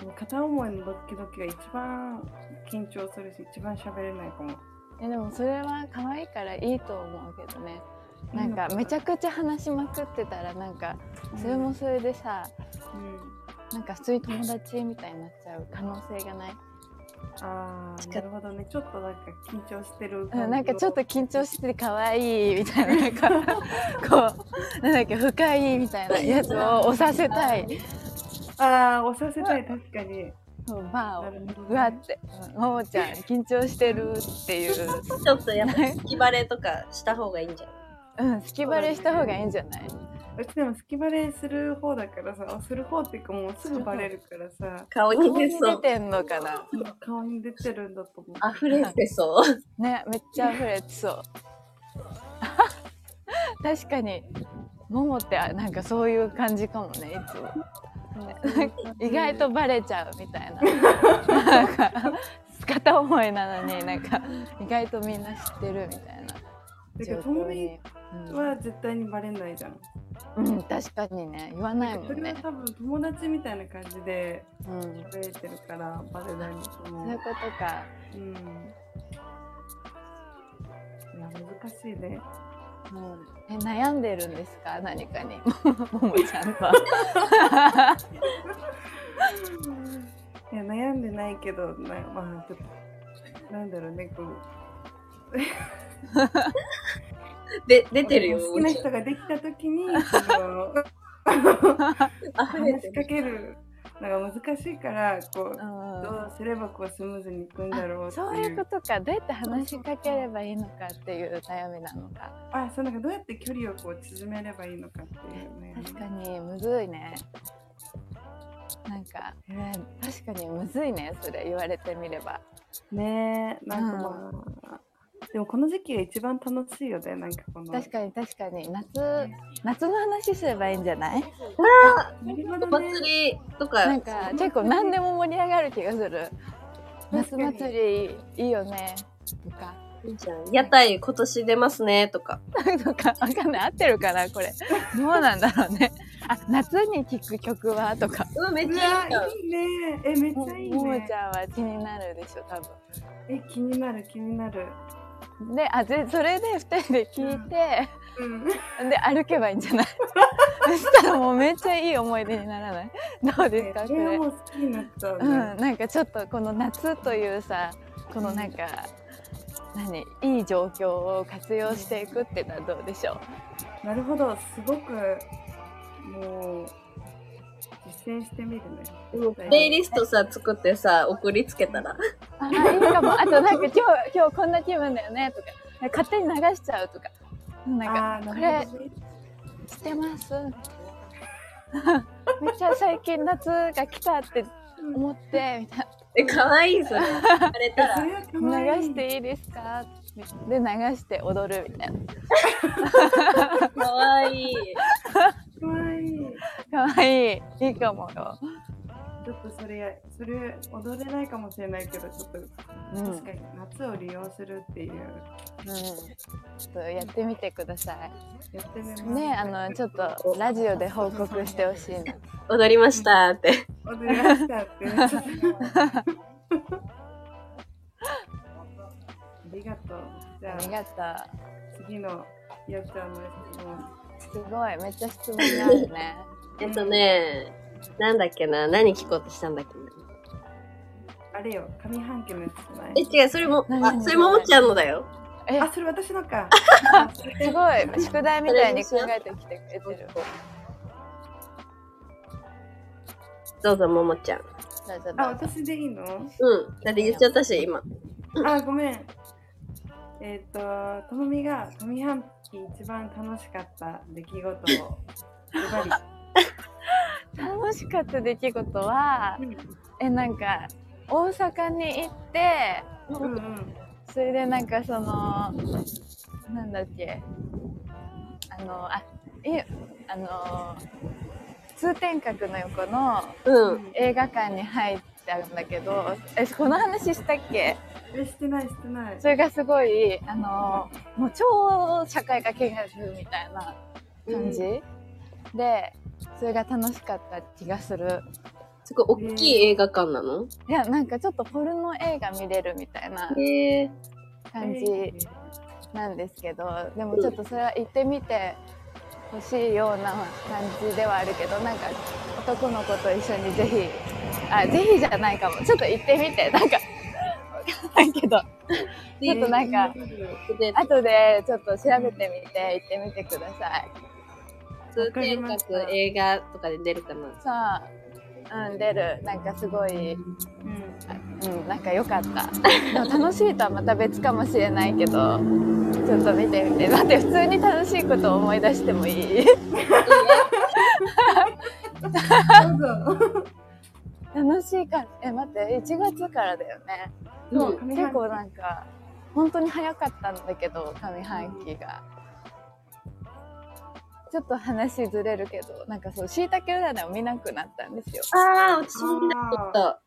[SPEAKER 1] その片思いのドキドキが一番緊張するし一番喋れないかも
[SPEAKER 3] えでもそれは可愛いからいいと思うけどねなんかめちゃくちゃ話しまくってたらなんかそれもそれでさ
[SPEAKER 1] うん
[SPEAKER 3] なんか普通に友達みたいになっちゃう可能性がない、
[SPEAKER 1] ああなるほどねちょっとなんか緊張してる
[SPEAKER 3] う
[SPEAKER 1] 感じ
[SPEAKER 3] ん、なんかちょっと
[SPEAKER 1] を
[SPEAKER 3] 緊張してて可愛いみたいな なんかこうなんだっけ深いみたいなやつを押させたい
[SPEAKER 1] ああ押させたい確かに
[SPEAKER 3] そうバ
[SPEAKER 1] な
[SPEAKER 3] ーを
[SPEAKER 1] るほどね
[SPEAKER 3] うわって「ももちゃん緊張してる」っていう
[SPEAKER 2] ちょっとやっぱ、吹きバレとかした方がいいんじゃん。
[SPEAKER 3] うん隙バレした方がいいんじゃないう
[SPEAKER 1] ちでも隙バレする方だからさする方っていうかもうすぐバレるからさ
[SPEAKER 2] 顔に
[SPEAKER 3] 顔
[SPEAKER 2] 出
[SPEAKER 3] に
[SPEAKER 2] そ
[SPEAKER 3] 出
[SPEAKER 2] う。
[SPEAKER 3] てんのかな
[SPEAKER 1] 顔に出てるんだと思う
[SPEAKER 2] 溢れてそう。
[SPEAKER 3] ねめっちゃ溢れてそう 確かにももってあなんかそういう感じかもねいつも 意外とバレちゃうみたいななんか片思いなのになんか意外とみんな知ってるみたいな
[SPEAKER 1] て
[SPEAKER 3] 状
[SPEAKER 1] かとも
[SPEAKER 3] 況
[SPEAKER 1] み
[SPEAKER 3] に、
[SPEAKER 1] は絶対にバレないじゃん
[SPEAKER 3] うんうん、確かにね言わないも
[SPEAKER 1] そ
[SPEAKER 3] ん
[SPEAKER 1] れ
[SPEAKER 3] ね
[SPEAKER 1] は、多分友達みたいな感じで
[SPEAKER 3] うん、
[SPEAKER 1] 喋れてるからバレないんだと思
[SPEAKER 3] そういう
[SPEAKER 1] う
[SPEAKER 3] ことか
[SPEAKER 1] うんいや難しいね
[SPEAKER 3] うんえ悩んでるんですか何 かにももちゃんは
[SPEAKER 1] いや悩んでないけどなまあちょっとなんだろうねこう
[SPEAKER 2] で、出てるよ。
[SPEAKER 1] 好きな人ができた時にその
[SPEAKER 2] 溢れ
[SPEAKER 1] 話
[SPEAKER 2] て
[SPEAKER 1] し
[SPEAKER 2] る。
[SPEAKER 1] かけるのが難しいからこう
[SPEAKER 3] うん
[SPEAKER 1] どうすればこうスムーズにいくんだろうって
[SPEAKER 3] そうい
[SPEAKER 1] いうう
[SPEAKER 3] ことかどうやって話しかければいいのかっていう悩みなのか
[SPEAKER 1] あそうなんかどうやって距離をこう縮めればいいのかっていうね
[SPEAKER 3] 確かにむずいねなんか、えー確かにむずいねそれ言われてみれば
[SPEAKER 1] ねえなんかまあ、でもこの時期が一番楽しいよねなんかこの
[SPEAKER 3] 確かに確かに夏夏の話すればいいんじゃない
[SPEAKER 1] なるほ
[SPEAKER 2] お
[SPEAKER 1] どね
[SPEAKER 2] 祭りとか、
[SPEAKER 3] なんか結構何でも盛り上がる気がする
[SPEAKER 1] 確
[SPEAKER 3] 夏
[SPEAKER 1] かに
[SPEAKER 3] 祭りいいよねとか
[SPEAKER 2] いいじゃん屋台今年出ますねとか。
[SPEAKER 3] とかわかんない合ってるかなこれどうなんだろうねあ夏に聴く曲はとか
[SPEAKER 2] うわ、めっ
[SPEAKER 1] う
[SPEAKER 2] ちゃ
[SPEAKER 1] わ
[SPEAKER 2] いいじゃん。
[SPEAKER 1] いいねえめっ
[SPEAKER 3] も
[SPEAKER 1] ちゃいい
[SPEAKER 3] もも
[SPEAKER 1] ね
[SPEAKER 3] ちゃんは気になるでしょ多分
[SPEAKER 1] え気になる気になる
[SPEAKER 3] であでそれで2人で聞いて、
[SPEAKER 1] うん
[SPEAKER 3] で歩けばいい んじゃないそしたらもうめっちゃいい思い出にならないどうです
[SPEAKER 1] え
[SPEAKER 3] か
[SPEAKER 1] そ
[SPEAKER 3] こ
[SPEAKER 1] れは
[SPEAKER 3] れ
[SPEAKER 1] もう好きになっちゃう
[SPEAKER 3] う
[SPEAKER 1] ね、
[SPEAKER 3] ん、なんかちょっとこの夏というさこのなんか、何いい状況を活用していくってのはどうでしょ
[SPEAKER 1] なるほどすごくもう実践してみるね
[SPEAKER 2] もうプレイリストさ、作ってさ、送りつけたら。
[SPEAKER 3] うあーいいかもあとなんか今日今日こんな気分だよねとかなんか勝手に流しちゃうとかなんかこれ
[SPEAKER 1] どね
[SPEAKER 3] してます。めっちゃ最近夏が来たって思ってみたい
[SPEAKER 2] え、かわいい、それ。あれた
[SPEAKER 1] そ
[SPEAKER 2] ら。
[SPEAKER 1] れは可
[SPEAKER 3] な
[SPEAKER 1] 愛
[SPEAKER 3] 流
[SPEAKER 1] い
[SPEAKER 3] していいですかで流して踊るみたい
[SPEAKER 2] かわいい。
[SPEAKER 1] 可愛い
[SPEAKER 3] なかわいいいいかもよ、
[SPEAKER 1] ちょっとそれやそれ踊れないかもしれないけどちょっと
[SPEAKER 3] うんうん、
[SPEAKER 1] 確かに夏を利用するっていう、
[SPEAKER 3] ちょっとやってみてくださ
[SPEAKER 1] やってみます
[SPEAKER 3] いねあのちょっとラジオで報告してほしいな
[SPEAKER 2] 踊りましたって。
[SPEAKER 1] 踊りました ってねありがとうじ
[SPEAKER 3] あ
[SPEAKER 1] ゃ
[SPEAKER 3] り
[SPEAKER 1] あ
[SPEAKER 3] がとう
[SPEAKER 1] 次のやちゃんの質問
[SPEAKER 3] すごいめっちゃ質問があるね
[SPEAKER 2] えっとね、なんだっけな、何聞こうとしたんだっけ
[SPEAKER 1] あ
[SPEAKER 2] な。
[SPEAKER 1] れよ上半期のやつじゃない
[SPEAKER 2] え、違う、それも、あ、
[SPEAKER 3] 何
[SPEAKER 2] それももちゃんのだよ。
[SPEAKER 3] え
[SPEAKER 1] あ、それ私の か。
[SPEAKER 3] すごい宿題みたいに考えてきてくれてる
[SPEAKER 2] どうぞ、ももちゃん。
[SPEAKER 3] どうぞ
[SPEAKER 1] あ、
[SPEAKER 3] どうぞ
[SPEAKER 1] 私でいいの
[SPEAKER 2] うん。だって言っちゃったし、今。
[SPEAKER 1] あ、ごめん。えっ、と、ともみが上半期一番楽しかった出来事を、ズバ
[SPEAKER 3] 楽しかった出来事は
[SPEAKER 1] リ。
[SPEAKER 3] えなんか大阪に行って
[SPEAKER 1] うんうん。
[SPEAKER 3] それでなんかそのなんだっけあのあいあの通天閣の横の
[SPEAKER 2] うん。
[SPEAKER 3] 映画館に入ったんだけどえこの話したっけ
[SPEAKER 1] え、してない、してない。
[SPEAKER 3] それがすごいあのもう超社会科見学みたいな感じ、でそれが楽しかった気がする
[SPEAKER 2] すごい大きい映画館なの
[SPEAKER 3] いやなんかちょっとポルノ映画見れるみたいな
[SPEAKER 2] へえ。
[SPEAKER 3] 感じなんですけどでもちょっとそれは行ってみてほしいような感じではあるけどなんか男の子と一緒にぜひあぜひじゃないかもちょっと行ってみてなんか分かんないけどちょっとなんか
[SPEAKER 2] で、
[SPEAKER 3] 後でちょっと調べてみて行ってみてください
[SPEAKER 2] 通天閣映画とかで出るかな。
[SPEAKER 3] さあうん出るなんかすごい
[SPEAKER 1] うん
[SPEAKER 3] うんなんか良かったでも楽しいとはまた別かもしれないけどちょっと見てみてだって普通に楽しいことを思い出してもいい
[SPEAKER 1] どうぞ。
[SPEAKER 3] 楽しいからえ待って1月からだよね
[SPEAKER 1] そう
[SPEAKER 2] うん
[SPEAKER 1] 上半期
[SPEAKER 3] 結構なんか本当に早かったんだけど上半期がちょっと話ずれるけどなんかそうしいたけ占いを見なくなったんですよ
[SPEAKER 2] ああ、私も見なかった。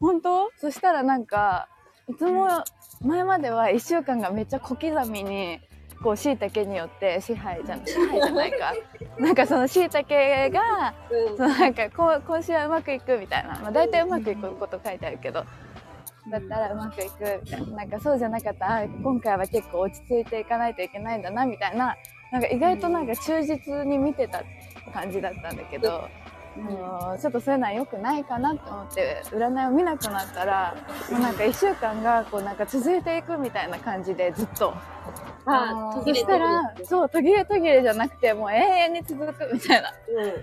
[SPEAKER 3] 本当そしたらなんかいつも前までは1週間がめっちゃ小刻みにこうしいたけによって支配じゃ支配じゃないかなんかそのしいたけが
[SPEAKER 2] うん
[SPEAKER 3] そのなんかこう今週はうまくいくみたいな、まあ、大体うまくいくこと書いてあるけどだったらうまくいくみたいななんかそうじゃなかったあ今回は結構落ち着いていかないといけないんだなみたいななんか意外となんか忠実に見てた感じだったんだけど、
[SPEAKER 1] うん
[SPEAKER 3] あのちょっとそういうのは良くないかなと思って占いを見なくなったらもうなんか1週間がこうなんか続いていくみたいな感じでずっと
[SPEAKER 2] あ
[SPEAKER 1] あー
[SPEAKER 2] あ、途切れてる
[SPEAKER 3] そしたらそう途切れ途切れじゃなくてもう永遠に続くみたいな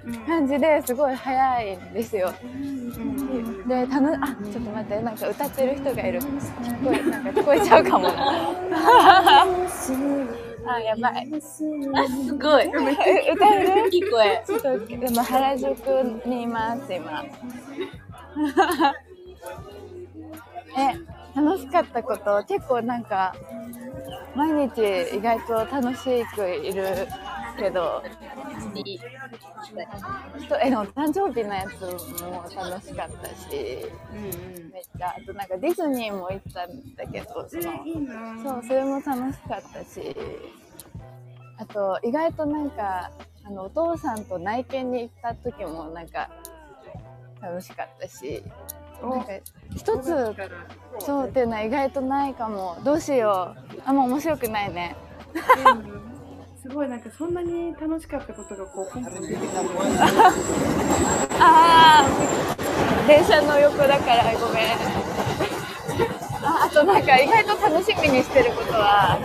[SPEAKER 2] うん。
[SPEAKER 1] うん
[SPEAKER 3] 感じですごい早いんですよ。
[SPEAKER 1] うん
[SPEAKER 3] で、たの、あ、ちょっと待って、なんか歌ってる人がいる。聞こえ、なんか聞こえちゃうかも。 あ、やばい。
[SPEAKER 2] すごい。
[SPEAKER 3] え歌える。
[SPEAKER 2] 大きい声。
[SPEAKER 3] ちょっと、でも原宿にいます、今。 え、楽しかったこと、結構なんか。毎日意外と楽しくいるけど、とえでも誕生日のやつも楽しかったし、
[SPEAKER 1] うん
[SPEAKER 3] めっちゃあとなんかディズニーも行ったんだけど、そ
[SPEAKER 1] え
[SPEAKER 3] の
[SPEAKER 1] ーいいなぁ。
[SPEAKER 3] そうそれも楽しかったしあと意外となんかあのお父さんと内見に行った時もなんか楽しかったし
[SPEAKER 1] お
[SPEAKER 3] なんか一
[SPEAKER 1] 五
[SPEAKER 3] つ
[SPEAKER 1] 月から
[SPEAKER 3] そうっていうのは意外とないかもどうしようあんま面白くないね
[SPEAKER 1] すごいなんかそんなに楽しかったことがこうポンポン出てくる。
[SPEAKER 3] ああ電車の横だからごめんああとなんか意外と楽しみにしてることは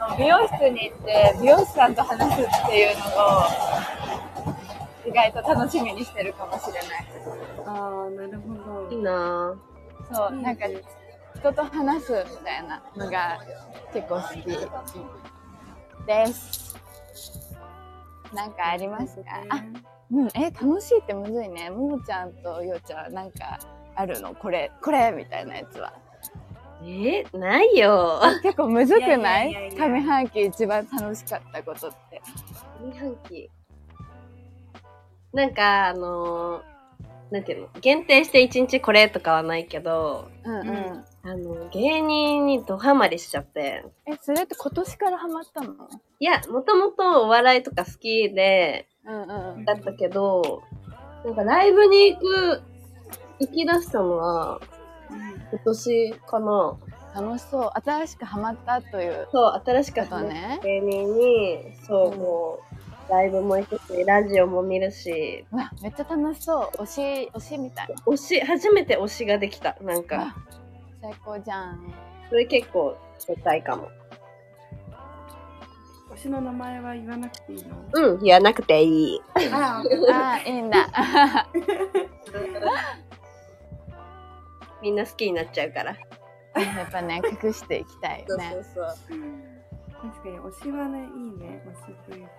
[SPEAKER 3] あの美容室に行って美容師さんと話すっていうのを意外と楽しみにしてるかもしれない
[SPEAKER 1] ああなるほど
[SPEAKER 2] いい。な
[SPEAKER 3] そううんなんか人と話すみたいなのが結構好きですなんかありますかあうんえ楽しいってむずいねももちゃんとようちゃんなんかあるのこれこれみたいなやつは
[SPEAKER 2] ぁ。えー、ないよ。
[SPEAKER 3] 結構むずくない
[SPEAKER 1] いやいやいやいや
[SPEAKER 3] 上半期一番楽しかったことって
[SPEAKER 2] 上半期。なんか、あのー、なんていうの、限定して一日これとかはないけど、
[SPEAKER 3] うんうん、
[SPEAKER 1] うん
[SPEAKER 2] あの、芸人にドハマりしちゃって。
[SPEAKER 3] えそれって今年からハマったの
[SPEAKER 2] いや、もともとお笑いとか好きで、
[SPEAKER 3] うんうん
[SPEAKER 2] だったけど、なんかライブに行く、行き出したのは、今年かな。
[SPEAKER 3] 楽しそう新しくハマったという
[SPEAKER 2] そう、新しく
[SPEAKER 3] こと
[SPEAKER 2] 始め
[SPEAKER 3] ね
[SPEAKER 2] た芸人に、そう、
[SPEAKER 3] うん
[SPEAKER 2] もう、ライブも行くし、ラジオも見るし、
[SPEAKER 3] うわめっちゃ楽しそう推し推しみたいな
[SPEAKER 2] 推し、初めて推しができた。なん
[SPEAKER 3] う
[SPEAKER 2] か
[SPEAKER 3] わ、最高じゃ ん
[SPEAKER 2] それ結構、でかいかも。
[SPEAKER 1] 推しの名前は言わなくていいの。
[SPEAKER 2] うん、言わなくていい。
[SPEAKER 1] あ
[SPEAKER 3] あーいいんだ
[SPEAKER 2] みんな好きになっちゃうから。
[SPEAKER 3] やっぱね隠していきたいよね
[SPEAKER 2] うそう。
[SPEAKER 1] 確かに推しはねいいね推しというか。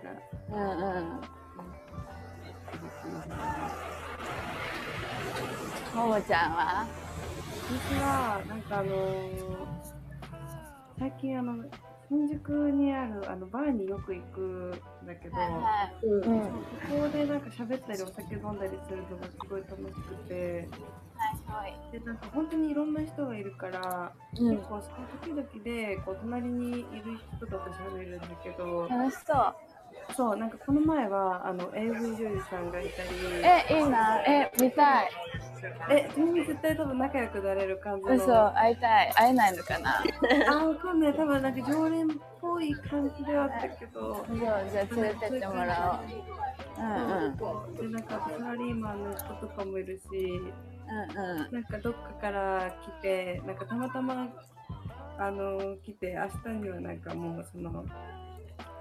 [SPEAKER 3] うんうんももちゃんは
[SPEAKER 1] 私はなんかあのー最近あの新宿にあるあのバーによく行くんだけど。
[SPEAKER 3] はい
[SPEAKER 2] うん。
[SPEAKER 3] うん
[SPEAKER 1] そうそこでなんか喋ったりお酒飲んだりするのがすごい楽しくて
[SPEAKER 3] はい
[SPEAKER 1] でなんか本当にいろんな人がいるから、
[SPEAKER 3] う
[SPEAKER 1] 結構その時々でこう隣にいる人と私もいるんだけど
[SPEAKER 3] ん楽しそう
[SPEAKER 1] そう、なんかこの前は、あの、AV 女優さんがいたり、
[SPEAKER 3] え、いいな。え、見たい。
[SPEAKER 1] え、君に絶対多分仲良くなれる感じの。
[SPEAKER 3] 嘘、会いたい。会えないのかな。
[SPEAKER 1] あー、わかんない。多分なんか常連っぽい感じではあったけど。
[SPEAKER 3] そう、じゃあ連れてってもらおう。うんうん。うん
[SPEAKER 1] うん。で、なんかサラリーマンの人とかもいるし、
[SPEAKER 3] うん。
[SPEAKER 1] なんかどっかから来て、なんかたまたま、あの、来て、明日にはなんかもうその、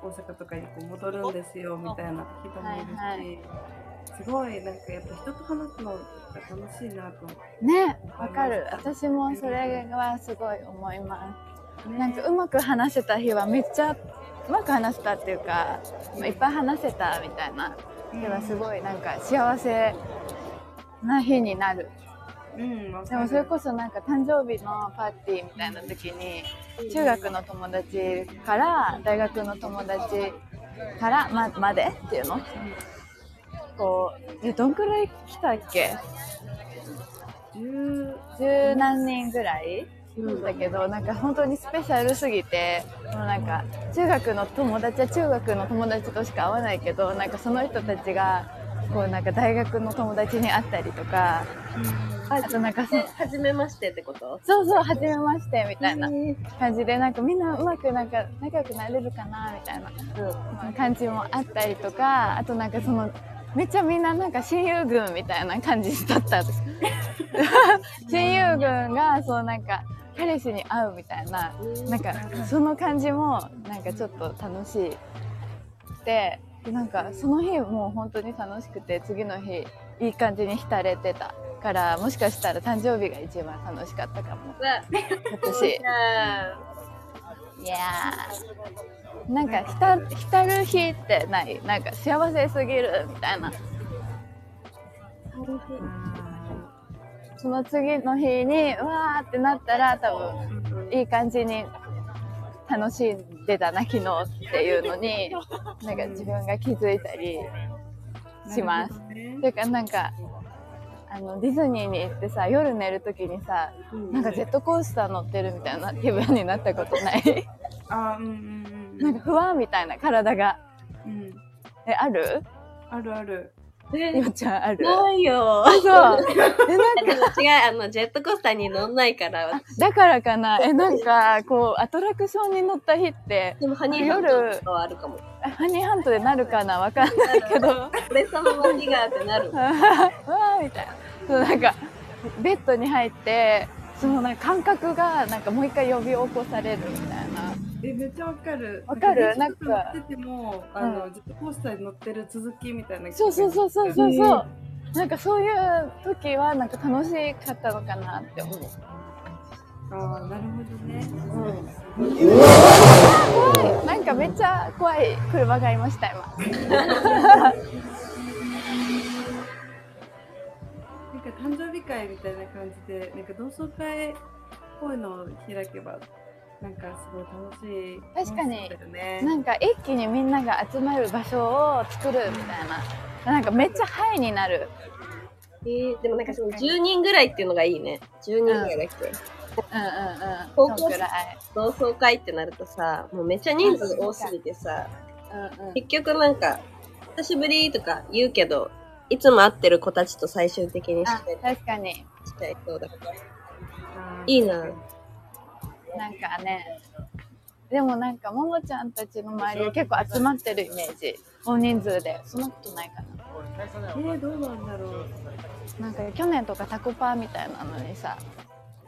[SPEAKER 1] 大阪とかにこう戻るんですよ、みたいな人もいるし、
[SPEAKER 3] はいは
[SPEAKER 1] すごいなんかやっぱ人と話すのが楽しいなと思って
[SPEAKER 3] ね、わかる。私もそれはすごい思いま
[SPEAKER 1] ね
[SPEAKER 3] す。なんかうまく話せた日はめっちゃうまく話せたっていうか、いっぱい話せたみたいな日はすごいなんか幸せな日になる。
[SPEAKER 1] うん、わ
[SPEAKER 3] で
[SPEAKER 1] か
[SPEAKER 3] も
[SPEAKER 1] る
[SPEAKER 3] それこそなんか誕生日のパーティーみたいな時に中学の友達から大学の友達からままでっていうのこうえどんくらい来たっけ
[SPEAKER 1] 十
[SPEAKER 3] 十何人ぐらい
[SPEAKER 1] うん
[SPEAKER 3] だけどなんか本当にスペシャルすぎてもうなんか中学の友達は中学の友達としか会わないけどなんかその人たちがこうなんか大学の友達に会ったりとかあとなんかそ
[SPEAKER 2] で初めましてってこと
[SPEAKER 3] そうそう初めましてみ
[SPEAKER 2] み
[SPEAKER 3] たいな。感じでなんかみんなうまくなんか仲良くなれるかなみたいな感じもあったりとかあとなんかそのめっちゃみんななんか親友軍みたいな感じだったとか親友軍がそうなんか彼氏に会うみたいななんかその感じもなんかちょっと楽しいででなんかその日もう本当に楽しくて次の日いい感じに浸れてたからもしかしたら誕生日が一番楽しかったかも私。いやーなんか浸浸る日ってないなんか幸せすぎるみたいな
[SPEAKER 1] あ
[SPEAKER 3] その次の日にわーってなったら多
[SPEAKER 1] ー
[SPEAKER 3] 分いい感じに楽しんでたな昨日っていうのになんか自分が気づいたりします。
[SPEAKER 1] なるほどね
[SPEAKER 3] というかなんかあのディズニーに行ってさ夜寝る時にさなんかジェットコースター乗ってるみたいな気分になったことない
[SPEAKER 1] あー、うんうんうん。
[SPEAKER 3] なんか不安みたいな体が
[SPEAKER 1] うん、
[SPEAKER 3] えある
[SPEAKER 1] あるある。
[SPEAKER 3] ゆうちゃん ある
[SPEAKER 2] ないよ。
[SPEAKER 3] あ、そう。え、なん
[SPEAKER 2] でも違う、あの、ジェットコースターに乗んないから。
[SPEAKER 3] だからかな。え、なんか、こう、アトラクションに乗った日って、
[SPEAKER 2] でも、ハニーハントとかはあるかも。
[SPEAKER 3] あハニーハントでなるかなわかんないけど、わ
[SPEAKER 2] 俺様の日がってなる。
[SPEAKER 3] ーみたいな。そう、なんか、ベッドに入って、そのなんか感覚が、なんかもう一回呼び起こされるみたいな。
[SPEAKER 1] え、めっちゃわかる。
[SPEAKER 3] わかる
[SPEAKER 1] 電車と乗ってても、あの、ジェットコースターに乗ってる続きみたいな。
[SPEAKER 3] そうそうそうそうそう
[SPEAKER 1] へ
[SPEAKER 3] そう。なんかそういう時は、なんか楽しかったのかなって思う。
[SPEAKER 1] ああ、なるほどね。
[SPEAKER 3] 怖いなんかめっちゃ怖い車がいました、今。
[SPEAKER 1] なんか誕生日会みたいな感じで、なんか同窓会っぽいのを開けば、なんかすごい楽しい。
[SPEAKER 3] 確かに
[SPEAKER 1] 楽しそうだよね
[SPEAKER 3] なんか一気にみんなが集まる場所を作るみたいななんかめっちゃハイになる
[SPEAKER 2] えーでもなんかその10人ぐらいっていうのがいいね。10人ぐらいだっけ、
[SPEAKER 3] うんうんうん
[SPEAKER 2] 高
[SPEAKER 3] そ
[SPEAKER 2] 校生
[SPEAKER 3] んくらい
[SPEAKER 2] 同窓会ってなるとさ、もうめっちゃ人数多すぎてさ、
[SPEAKER 3] うんうん
[SPEAKER 2] 結局なんか、久しぶりとか言うけど、いつも会ってる子たちと最終的にし
[SPEAKER 3] あ
[SPEAKER 2] たり
[SPEAKER 3] 確かに
[SPEAKER 2] しちゃいそうだから。
[SPEAKER 1] あー
[SPEAKER 2] いいな。
[SPEAKER 3] なんかねでもなんかももちゃんたちの周り結構集まってるイメージ大人数でそんなことないかな
[SPEAKER 1] えー、どうなんだろう。
[SPEAKER 3] なんか去年とかタコパーみたいなのにさ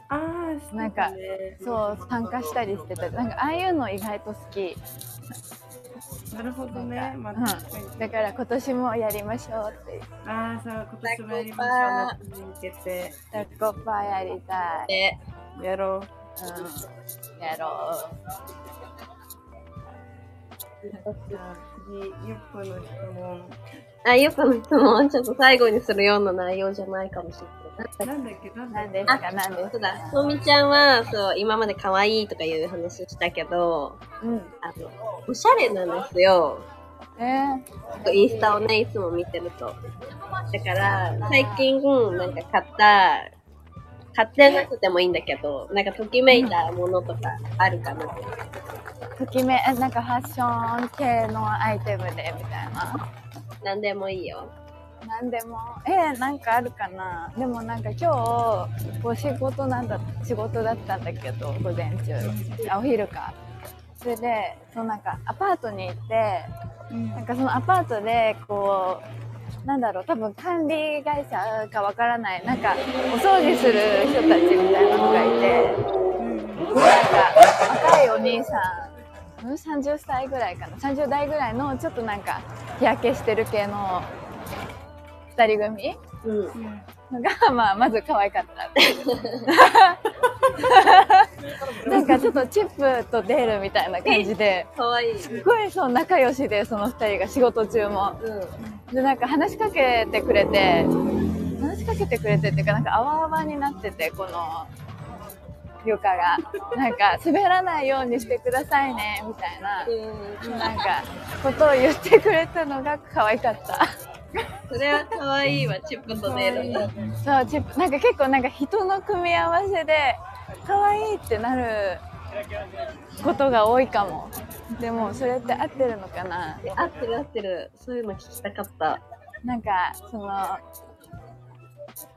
[SPEAKER 1] ああ、してたね
[SPEAKER 3] なんかそう参加したりしてたなんかああいうの意外と好き
[SPEAKER 1] なるほどね。まあ、
[SPEAKER 3] うん
[SPEAKER 1] 確かに。
[SPEAKER 3] だから今年もやりましょうっていう
[SPEAKER 1] ああ、そう、今年もやりましょう。夏に向けて、
[SPEAKER 3] タコパーやりたい
[SPEAKER 2] で、
[SPEAKER 1] やろ
[SPEAKER 3] うんやろ
[SPEAKER 1] う。じゃあ、次、ゆっこの質問。
[SPEAKER 2] あ、ゆっぱの質問、ちょっと最後にするような内容じゃないかもしれない。
[SPEAKER 1] なんだっけ、なんだ
[SPEAKER 3] う。な
[SPEAKER 1] っ
[SPEAKER 3] ん
[SPEAKER 1] け。
[SPEAKER 3] ですか、なんです
[SPEAKER 2] そうだ、
[SPEAKER 3] か。
[SPEAKER 2] とみちゃんは、そう、今まで可愛いとかいう話したけど、
[SPEAKER 3] うん。
[SPEAKER 2] あの、おしゃれなんですよ。
[SPEAKER 3] え
[SPEAKER 2] インスタをね、いつも見てると。だから、最近、なんか買った、買ってなくてもいいんだけど、なんかときめいたものとかあるかな。
[SPEAKER 3] ときめえなんかファッション系のアイテムでみたいな
[SPEAKER 2] なんでもいいよ。
[SPEAKER 3] なんでもえー、なんかあるかなでもなんか今日お仕事なんだ仕事だったんだけど午前中あお昼かそれでそのなんかアパートに行ってなんかそのアパートでこうなんだろう多分管理会社かわからないなんかお掃除する人たちみたいなのがいてなんか若いお兄さんうん30歳ぐらいかな30代ぐらいのちょっとなんか日焼けしてる系の2人組
[SPEAKER 2] うん。
[SPEAKER 3] が、まあ、まず可愛かったっていう。なんかちょっとチップとデールみたいな感じで。
[SPEAKER 2] かわいい。
[SPEAKER 3] すごいそう仲良しでその2人が仕事中も
[SPEAKER 2] うん。
[SPEAKER 3] でなんか話しかけてくれて話しかけてくれてっていうかなんかあわあわになっててこの床がなんか滑らないようにしてくださいねみたいな
[SPEAKER 2] うん。
[SPEAKER 3] なんかことを言ってくれたのが可愛かった
[SPEAKER 2] それはかわいいわ、チップとネイルの。
[SPEAKER 3] そうチップなんか結構なんか人の組み合わせで可愛いってなることが多いかもでもそれって合ってるのかな
[SPEAKER 2] 合ってる合ってる。そういうの聞きたかった。
[SPEAKER 3] なんかその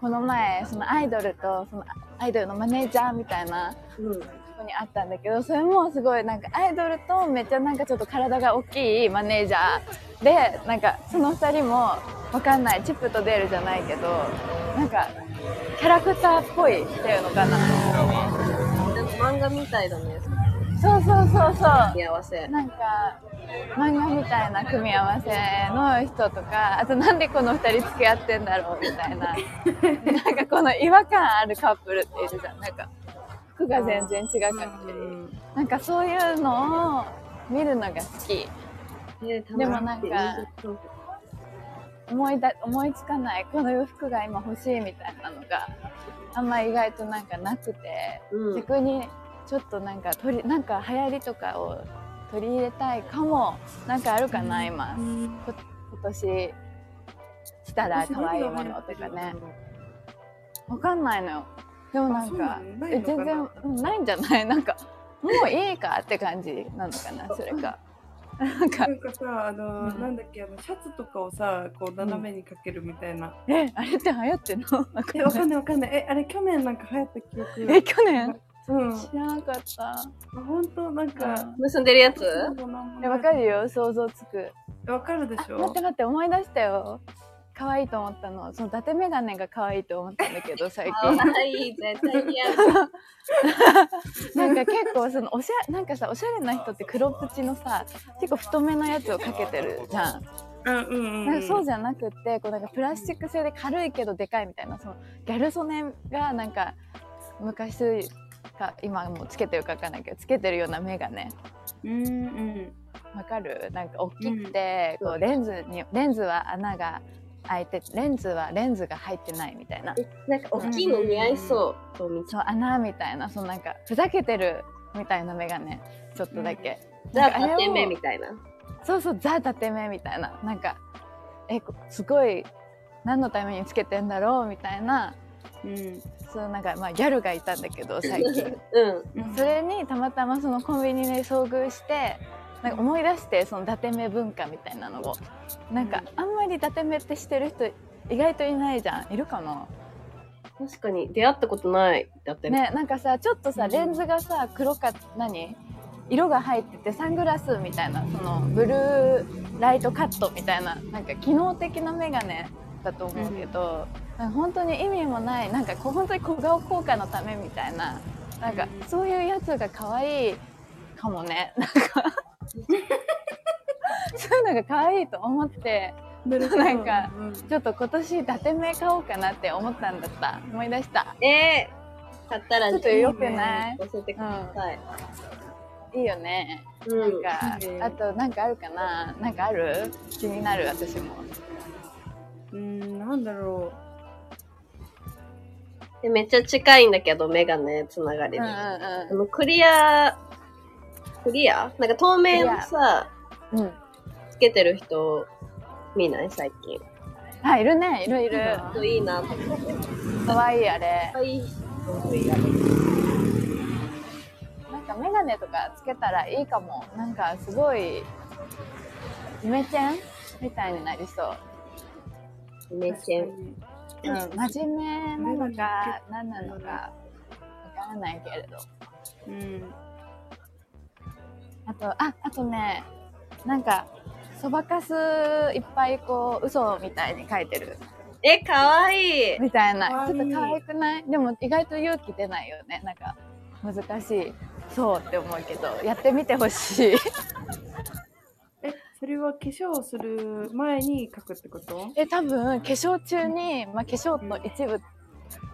[SPEAKER 3] この前そのアイドルとそのアイドルのマネージャーみたいな
[SPEAKER 2] うん。
[SPEAKER 3] 子に会ったんだけどそれもすごいなんかアイドルとめっちゃなんかちょっと体が大きいマネージャーでなんかその2人もわかんないチップとデールじゃないけどなんかキャラクターっぽいっていうのかな
[SPEAKER 2] なんか漫画みたいだね。
[SPEAKER 3] そうそうそうそう
[SPEAKER 2] 見合わせ。
[SPEAKER 3] なんか漫画みたいな組み合わせの人とかあとなんでこの2人付き合ってんだろうみたいななんかこの違和感あるカップルっているじゃんなんか服が全然違かったりなんかそういうのを見るのが好き
[SPEAKER 2] で
[SPEAKER 3] でもなんか思いだ思いつかないこの洋服が今欲しいみたいなのがあんま意外となんかなくて
[SPEAKER 2] うん。
[SPEAKER 3] 逆にちょっとなんか取りなんか流行りとかを取り入れたいかもなんかあるかな今こ今年したら可愛いものとかねわかんないのよでもなんか
[SPEAKER 1] あそうなのない
[SPEAKER 3] え
[SPEAKER 1] のかな
[SPEAKER 3] 全然うんないんじゃないなんかもういいかって感じなのかなそれかなんか
[SPEAKER 1] なんかさ、あの、
[SPEAKER 3] うん
[SPEAKER 1] なんだっけ、あの、シャツとかをさ、こう斜めにかけるみたいな。
[SPEAKER 3] えあれって流行ってんのわかん
[SPEAKER 1] え、わ
[SPEAKER 3] な
[SPEAKER 1] か
[SPEAKER 3] い
[SPEAKER 1] んない、わかんない、え、あれ去年なんか流行った記憶。
[SPEAKER 3] え去年
[SPEAKER 1] うん、
[SPEAKER 3] 知らなかった
[SPEAKER 1] 本当なんか。
[SPEAKER 2] 結んでるやつ
[SPEAKER 3] えわかるよ想像つく
[SPEAKER 1] る。わかるでし
[SPEAKER 3] あ待
[SPEAKER 1] ょ
[SPEAKER 3] って待って思い出したよ可愛いと思ったのその伊達眼鏡が可愛いと思ったんだけど最
[SPEAKER 2] か
[SPEAKER 3] 近
[SPEAKER 2] わいい、絶対似合う。
[SPEAKER 3] なんか結構そのおしゃなんかさおしゃれな人って黒プチのさ結構太めのやつをかけてるじゃん
[SPEAKER 1] うん、うん、
[SPEAKER 3] なん
[SPEAKER 1] う
[SPEAKER 3] か
[SPEAKER 1] ん。
[SPEAKER 3] そうじゃなくてこうなんかプラスチック製で軽いけどでかいみたいなそのギャル曽根がなんか昔か今もうつけてるかわかんないけどつけてるような眼鏡
[SPEAKER 1] うん、うん。
[SPEAKER 3] わかるなんか大きくて、こうレンズにレンズは穴が開いてレンズはレンズが入ってないみたいな
[SPEAKER 2] なんか大きいの似合いそう。そうみち
[SPEAKER 3] そう穴みたいなそのなんかふざけてるみたいな眼鏡ちょっとだけ、
[SPEAKER 2] ゃ
[SPEAKER 3] なん
[SPEAKER 2] ん。
[SPEAKER 3] か
[SPEAKER 2] じゃ
[SPEAKER 3] あ
[SPEAKER 2] あ、
[SPEAKER 3] れを
[SPEAKER 2] 縦目みたいな。
[SPEAKER 3] そうそうザ・伊達目みたいななんかえこすごい何のためにつけてんだろうみたいな
[SPEAKER 1] うん。
[SPEAKER 3] そうなんかまあギャルがいたんだけど最近
[SPEAKER 2] うん。
[SPEAKER 1] うん
[SPEAKER 3] そ。れにたまたまそのコンビニで遭遇してなんか思い出してその伊達目文化みたいなのをなんかあんまり伊達目ってしてる人意外といないじゃんいるかな
[SPEAKER 2] 確かに、出会ったことない。だってね。
[SPEAKER 3] ねなんかさちょっとさレンズがさ黒か何色が入っててサングラスみたいなそのブルーライトカットみたいななんか機能的な眼鏡だと思うけど、なんか本当に意味もないなんかこう本当に小顔効果のためみたいななんかそういうやつが可愛いかもねなんかそういうのが可愛いと思って
[SPEAKER 1] なるほど
[SPEAKER 3] なんか
[SPEAKER 1] うん
[SPEAKER 3] ちょっと今年伊達目買おうかなって思ったんだった思い出した
[SPEAKER 2] えー、買ったら、
[SPEAKER 3] ちょっと良くない
[SPEAKER 2] 教えてください。
[SPEAKER 3] いいよね
[SPEAKER 2] う
[SPEAKER 3] な
[SPEAKER 2] ん。
[SPEAKER 3] んか、
[SPEAKER 1] うん
[SPEAKER 3] あとなんかあるかななんかある気になる私も。
[SPEAKER 1] うん、なんだろ
[SPEAKER 2] でめっちゃ近いんだけど、メガネつながりで。
[SPEAKER 3] うんうん
[SPEAKER 2] あ
[SPEAKER 3] う
[SPEAKER 2] の、クリア、クリアなんか透明のさ、
[SPEAKER 3] ん。うん。
[SPEAKER 2] つけてる人、見ない最近。
[SPEAKER 3] あ、いるね、いるい
[SPEAKER 1] い
[SPEAKER 3] る。
[SPEAKER 1] いな
[SPEAKER 2] そういいな。か
[SPEAKER 3] かわいいあれ。
[SPEAKER 2] わいい
[SPEAKER 1] そういうやり
[SPEAKER 3] なんかメガネとかつけたらいいかも。なんかすごい、イチェンみたいになりそう。
[SPEAKER 2] 目線。
[SPEAKER 3] うん、真面目なのか、何なのか、わからないけれど。
[SPEAKER 1] うん。
[SPEAKER 3] あと、あ、あとね、なんか、そばかすいっぱいこう、嘘みたいに書いてる。
[SPEAKER 2] え、かわいい。
[SPEAKER 3] みたい
[SPEAKER 1] か
[SPEAKER 3] な。
[SPEAKER 1] わ
[SPEAKER 3] ち
[SPEAKER 1] い
[SPEAKER 3] ょ
[SPEAKER 1] い
[SPEAKER 3] っと可愛くないでも意外と勇気出ないよね。なんか、難しい。そうって思うけど、やってみてほしい。
[SPEAKER 1] え、それは化粧をする前に書くってこと
[SPEAKER 3] え、多分、化粧中に、まあ、化粧の一部、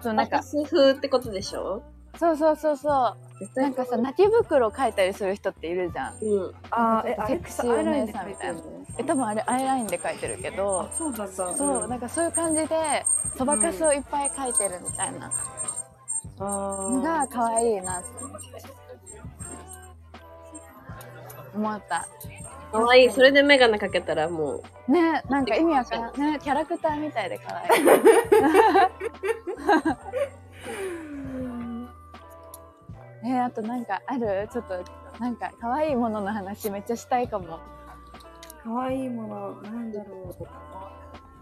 [SPEAKER 3] そう、
[SPEAKER 2] な
[SPEAKER 3] な
[SPEAKER 2] んんか、
[SPEAKER 3] か、
[SPEAKER 2] 数風ってことでしょ
[SPEAKER 3] そうそうそうそう。
[SPEAKER 2] 絶
[SPEAKER 3] なんかさ、泣き袋書いたりする人っているじゃん。
[SPEAKER 2] うん。
[SPEAKER 1] あーえ、
[SPEAKER 3] ちょっ
[SPEAKER 1] あ
[SPEAKER 3] と
[SPEAKER 1] れ
[SPEAKER 3] セクシーお姉さんみた
[SPEAKER 1] ア
[SPEAKER 3] いな
[SPEAKER 1] イラインで書いてるの
[SPEAKER 3] え、多分あれ、アイラインで書いてるけど
[SPEAKER 1] あ、、そうだった。
[SPEAKER 3] そう、なんかそういう感じで、そばかすをいっぱい書いてるみたいなの
[SPEAKER 1] あ
[SPEAKER 3] が可愛いなって思って。思った。
[SPEAKER 2] かわいい。それでメガネかけたらもう、
[SPEAKER 3] ね、なんか意味わからん。ね、キャラクターみたいで可愛い。 えーあとなんかあるちょっと、なんか可愛いものの話めっちゃしたいかも。
[SPEAKER 1] あ、かわいいもの、なんだろう。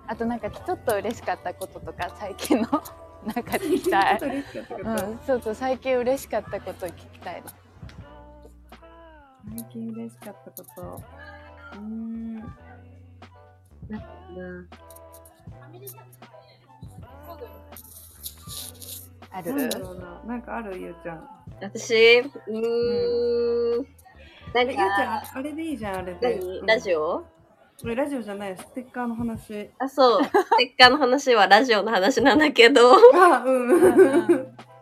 [SPEAKER 3] あとなんかちょっと嬉しかったこととか最近の なんか聞き
[SPEAKER 1] ち
[SPEAKER 3] た
[SPEAKER 1] ょ
[SPEAKER 3] い
[SPEAKER 1] っと。嬉しかったこと
[SPEAKER 3] う。ん、ちょっと最近嬉しかったこと聞きたいな。
[SPEAKER 1] 最近嬉しかったこと。うーん。
[SPEAKER 2] なんかな。
[SPEAKER 3] ある
[SPEAKER 1] なんだろうな。なんかあるゆうちゃん。
[SPEAKER 2] 私、うーん。なん
[SPEAKER 1] えゆうちゃ
[SPEAKER 2] か、
[SPEAKER 1] ん、あれでいいじゃん、あれで。
[SPEAKER 2] 何ラジ
[SPEAKER 1] オ
[SPEAKER 2] オ
[SPEAKER 1] ラジオじゃない、ステッカーの話。
[SPEAKER 2] あ、 そう。ステッカーの話はラジオの話なんだけど、
[SPEAKER 1] あ、うん。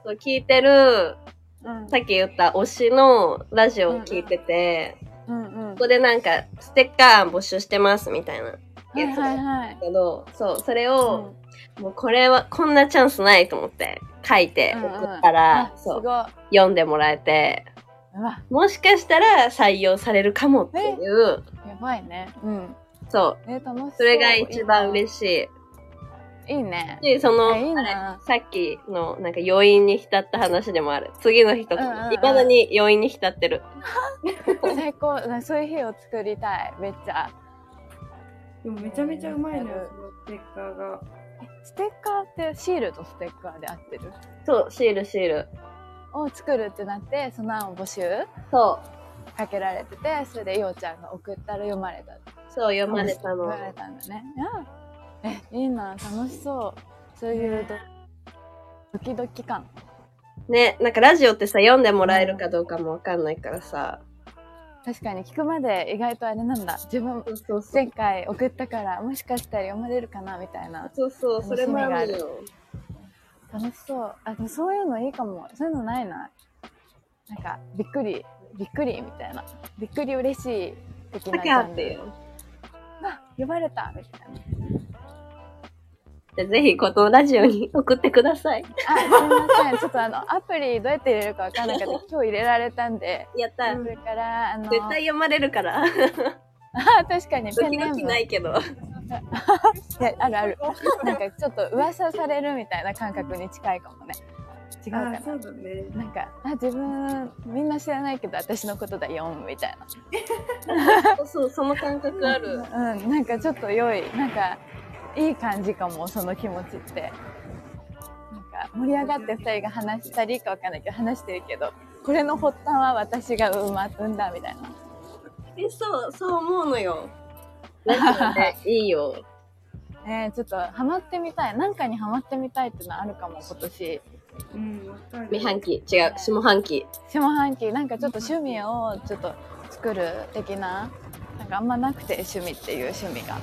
[SPEAKER 2] そう聞いてる、
[SPEAKER 3] うん
[SPEAKER 2] さっき言った推しのラジオを聞いてて、
[SPEAKER 3] うんうん
[SPEAKER 2] ここでなんか、ステッカー募集してますみたいな。
[SPEAKER 3] はいはいはい。
[SPEAKER 2] けど、そう、それ
[SPEAKER 3] う
[SPEAKER 2] を、
[SPEAKER 3] ん
[SPEAKER 2] もうこれは、こんなチャンスないと思って、書いて
[SPEAKER 3] うんうん
[SPEAKER 2] 送ったら、
[SPEAKER 3] あす
[SPEAKER 2] そ
[SPEAKER 3] ごい。
[SPEAKER 2] う、読んでもらえて、
[SPEAKER 3] うわ、
[SPEAKER 2] もしかしたら採用されるかもっていう、
[SPEAKER 3] やばいね。うん。
[SPEAKER 2] そう、
[SPEAKER 3] えー楽しそう。
[SPEAKER 2] それが一番
[SPEAKER 3] いい
[SPEAKER 2] 嬉し
[SPEAKER 3] いいね
[SPEAKER 2] い。。で、その、
[SPEAKER 3] あいいな
[SPEAKER 2] あれさっきのなんか余韻に浸った話でもある。次の日と
[SPEAKER 3] うんうんう
[SPEAKER 2] か、
[SPEAKER 3] ん
[SPEAKER 2] いまだに余韻に浸ってる。
[SPEAKER 3] 最高。なそういう日を作りたい。めっちゃ。
[SPEAKER 1] でもめちゃめちゃうまいの
[SPEAKER 3] うん
[SPEAKER 1] よ、そのステッカーが。
[SPEAKER 3] ステッカーってシールとステッカーで合ってる
[SPEAKER 2] そう、シールシール。
[SPEAKER 3] を作るってなって、その案を募集
[SPEAKER 2] そう、
[SPEAKER 3] かけられてて、それでようちゃんが送ったら読まれた。
[SPEAKER 2] そう、読まれたの。
[SPEAKER 3] 読まれたんだね。あえ、いいな。楽しそう。そういうドドキドキ感。
[SPEAKER 2] ね、なんかラジオってさ、読んでもらえるかどうかもわかんないからさ。
[SPEAKER 3] 確かに聞くまで意外とあれなんだ。自分、
[SPEAKER 2] そうそうそう
[SPEAKER 3] 前。回送ったから、もしかしたら読まれるかな、みたいな。
[SPEAKER 2] そうそう、それもある
[SPEAKER 3] 楽しみ
[SPEAKER 2] よ。
[SPEAKER 3] 楽しそう。あ、でもそういうのいいかも。そういうのないな。なんか、びっくり、びっくりみたいな。びっくり嬉しい的
[SPEAKER 2] だ
[SPEAKER 3] な
[SPEAKER 2] か
[SPEAKER 3] ジャ
[SPEAKER 2] らっ
[SPEAKER 3] ン
[SPEAKER 2] てい
[SPEAKER 3] ル。
[SPEAKER 2] う。
[SPEAKER 3] あ、呼ばれたみたいな。
[SPEAKER 2] じゃあぜひ、このラジオに送ってください。
[SPEAKER 3] あ、すいません。ちょっとあの、アプリどうやって入れるかわかんなかった。今日入れられたんで。
[SPEAKER 2] やった
[SPEAKER 3] それから、あの、
[SPEAKER 2] 絶対読まれる から。
[SPEAKER 3] あ、確かに
[SPEAKER 2] ド
[SPEAKER 3] ペン
[SPEAKER 2] キ
[SPEAKER 3] ネー
[SPEAKER 2] ド
[SPEAKER 3] ム。
[SPEAKER 2] キないけど。
[SPEAKER 3] いやあるある。なんかちょっと噂されるみたいな感覚に近いかもね。違うか
[SPEAKER 1] あ
[SPEAKER 3] な
[SPEAKER 1] ー、。そうだね。
[SPEAKER 3] なんか、あ、自分、みんな知らないけど、私のことだよ、みたいな。
[SPEAKER 2] そうそう、その感覚ある。
[SPEAKER 3] うん、なんかちょっと良い、なんか、いい感じかも、その気持ちって。なんか、盛り上がって二人が話したりかわかんないけど、話してるけど、これの発端は私が生ま、産んだ、みたいな。
[SPEAKER 2] え、そう、そう思うの よ。ラジオね、いいよ。
[SPEAKER 3] えー、ちょっと、ハマってみたい。なんかにハマってみたいっていうのあるかも、今年。
[SPEAKER 1] うん、わかる。
[SPEAKER 2] 未半期、違う、下半期。
[SPEAKER 3] 下半期、なんかちょっと趣味を、ちょっと、作る的な。なんかあんまなくて、趣味っていう趣味が。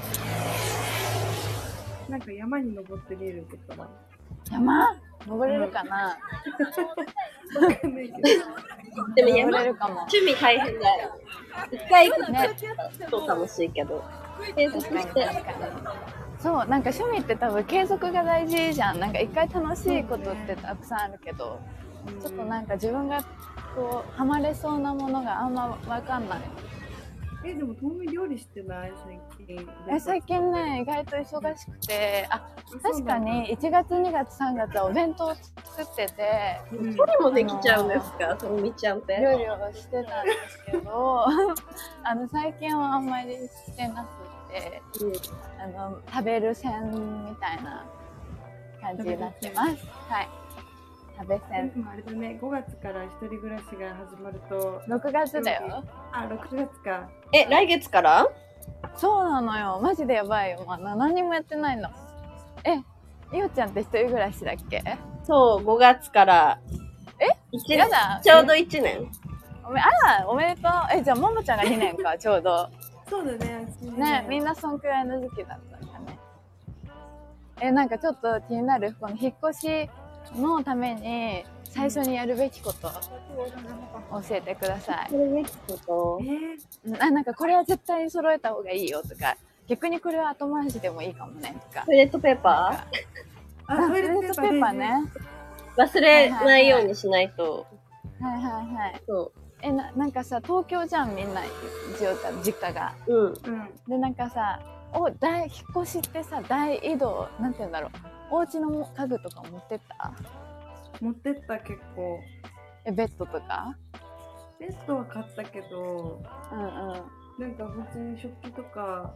[SPEAKER 1] なんか山に登ってみるとか。わ
[SPEAKER 3] 山登れるかな、
[SPEAKER 1] かんないけど。
[SPEAKER 2] でも山
[SPEAKER 3] 登れるかも。
[SPEAKER 2] 趣味大変だよ。一回行くね、そうかもしいけど。継続
[SPEAKER 3] 確かに
[SPEAKER 2] して。
[SPEAKER 3] 確かにそうなんか趣味って多分継続が大事じゃんなんか一回楽しいことってたくさんあるけど、ちょっとなんか自分がこうハマれそうなものがあんま分かんない
[SPEAKER 1] え、でも、ともみ料理してない最近。
[SPEAKER 3] え最近ね意外と忙しくてあ確かに1月2月3月はお弁当を作ってて
[SPEAKER 1] そうなんだ。
[SPEAKER 2] これもできちゃうんですか、ともみちゃんっ
[SPEAKER 3] いろ
[SPEAKER 2] て。
[SPEAKER 3] いろしてたんですけど あの最近はあんまりしてなくてあの食べる線みたいな感じになってますはい食べ
[SPEAKER 1] うん
[SPEAKER 3] 線
[SPEAKER 1] でもあれだね、5月から一人暮らしが始まると、
[SPEAKER 3] 6月だよ
[SPEAKER 1] あ、6月か。
[SPEAKER 2] え、来月から
[SPEAKER 3] そうなのよマジでやばいよ、まあ、何にもやってないのえゆうちゃんって一人暮らしだっけ
[SPEAKER 2] そう、5月から。
[SPEAKER 3] え
[SPEAKER 2] 一
[SPEAKER 3] や
[SPEAKER 2] 年
[SPEAKER 3] だ
[SPEAKER 2] ちょうど1年。
[SPEAKER 3] おめあらおめでとうえじゃあももちゃんが2年かちょうど
[SPEAKER 1] そうだね。
[SPEAKER 3] ねみん
[SPEAKER 1] な。
[SPEAKER 3] なそんくらいの時期だったんだねえなんかちょっと気になるこの引っ越しのために最初にやるべきこと教えてください
[SPEAKER 2] れできこと
[SPEAKER 1] え。ー、
[SPEAKER 3] あなんかこれは絶対に揃えた方がいいよとか逆にこれは後回しでもいいかもねとか
[SPEAKER 2] トイレットペーパ
[SPEAKER 1] あ、
[SPEAKER 3] あ
[SPEAKER 1] ト
[SPEAKER 3] ト
[SPEAKER 1] イ
[SPEAKER 3] イ
[SPEAKER 1] レ
[SPEAKER 3] レ
[SPEAKER 1] ッ
[SPEAKER 3] ッ
[SPEAKER 1] ト
[SPEAKER 3] ト
[SPEAKER 1] ペ
[SPEAKER 3] ペ
[SPEAKER 1] ー
[SPEAKER 3] ー
[SPEAKER 1] パ
[SPEAKER 3] パ
[SPEAKER 1] ー
[SPEAKER 3] ー
[SPEAKER 1] ね。
[SPEAKER 3] ね
[SPEAKER 2] ー。忘れないようにしないと。
[SPEAKER 3] はいはいはい
[SPEAKER 2] そ
[SPEAKER 3] えななんかさ東京じゃんみんなじおちゃん実家が
[SPEAKER 2] う。うん。
[SPEAKER 1] うん。
[SPEAKER 3] でなんかさお大引っ越しってさ大移動なんて言うんだろうお家の家具とか持ってった
[SPEAKER 1] 持ってった結構。
[SPEAKER 3] えベッドとか
[SPEAKER 1] ベッドは買ったけど、
[SPEAKER 3] うんうん
[SPEAKER 1] なんか普通に食器とか、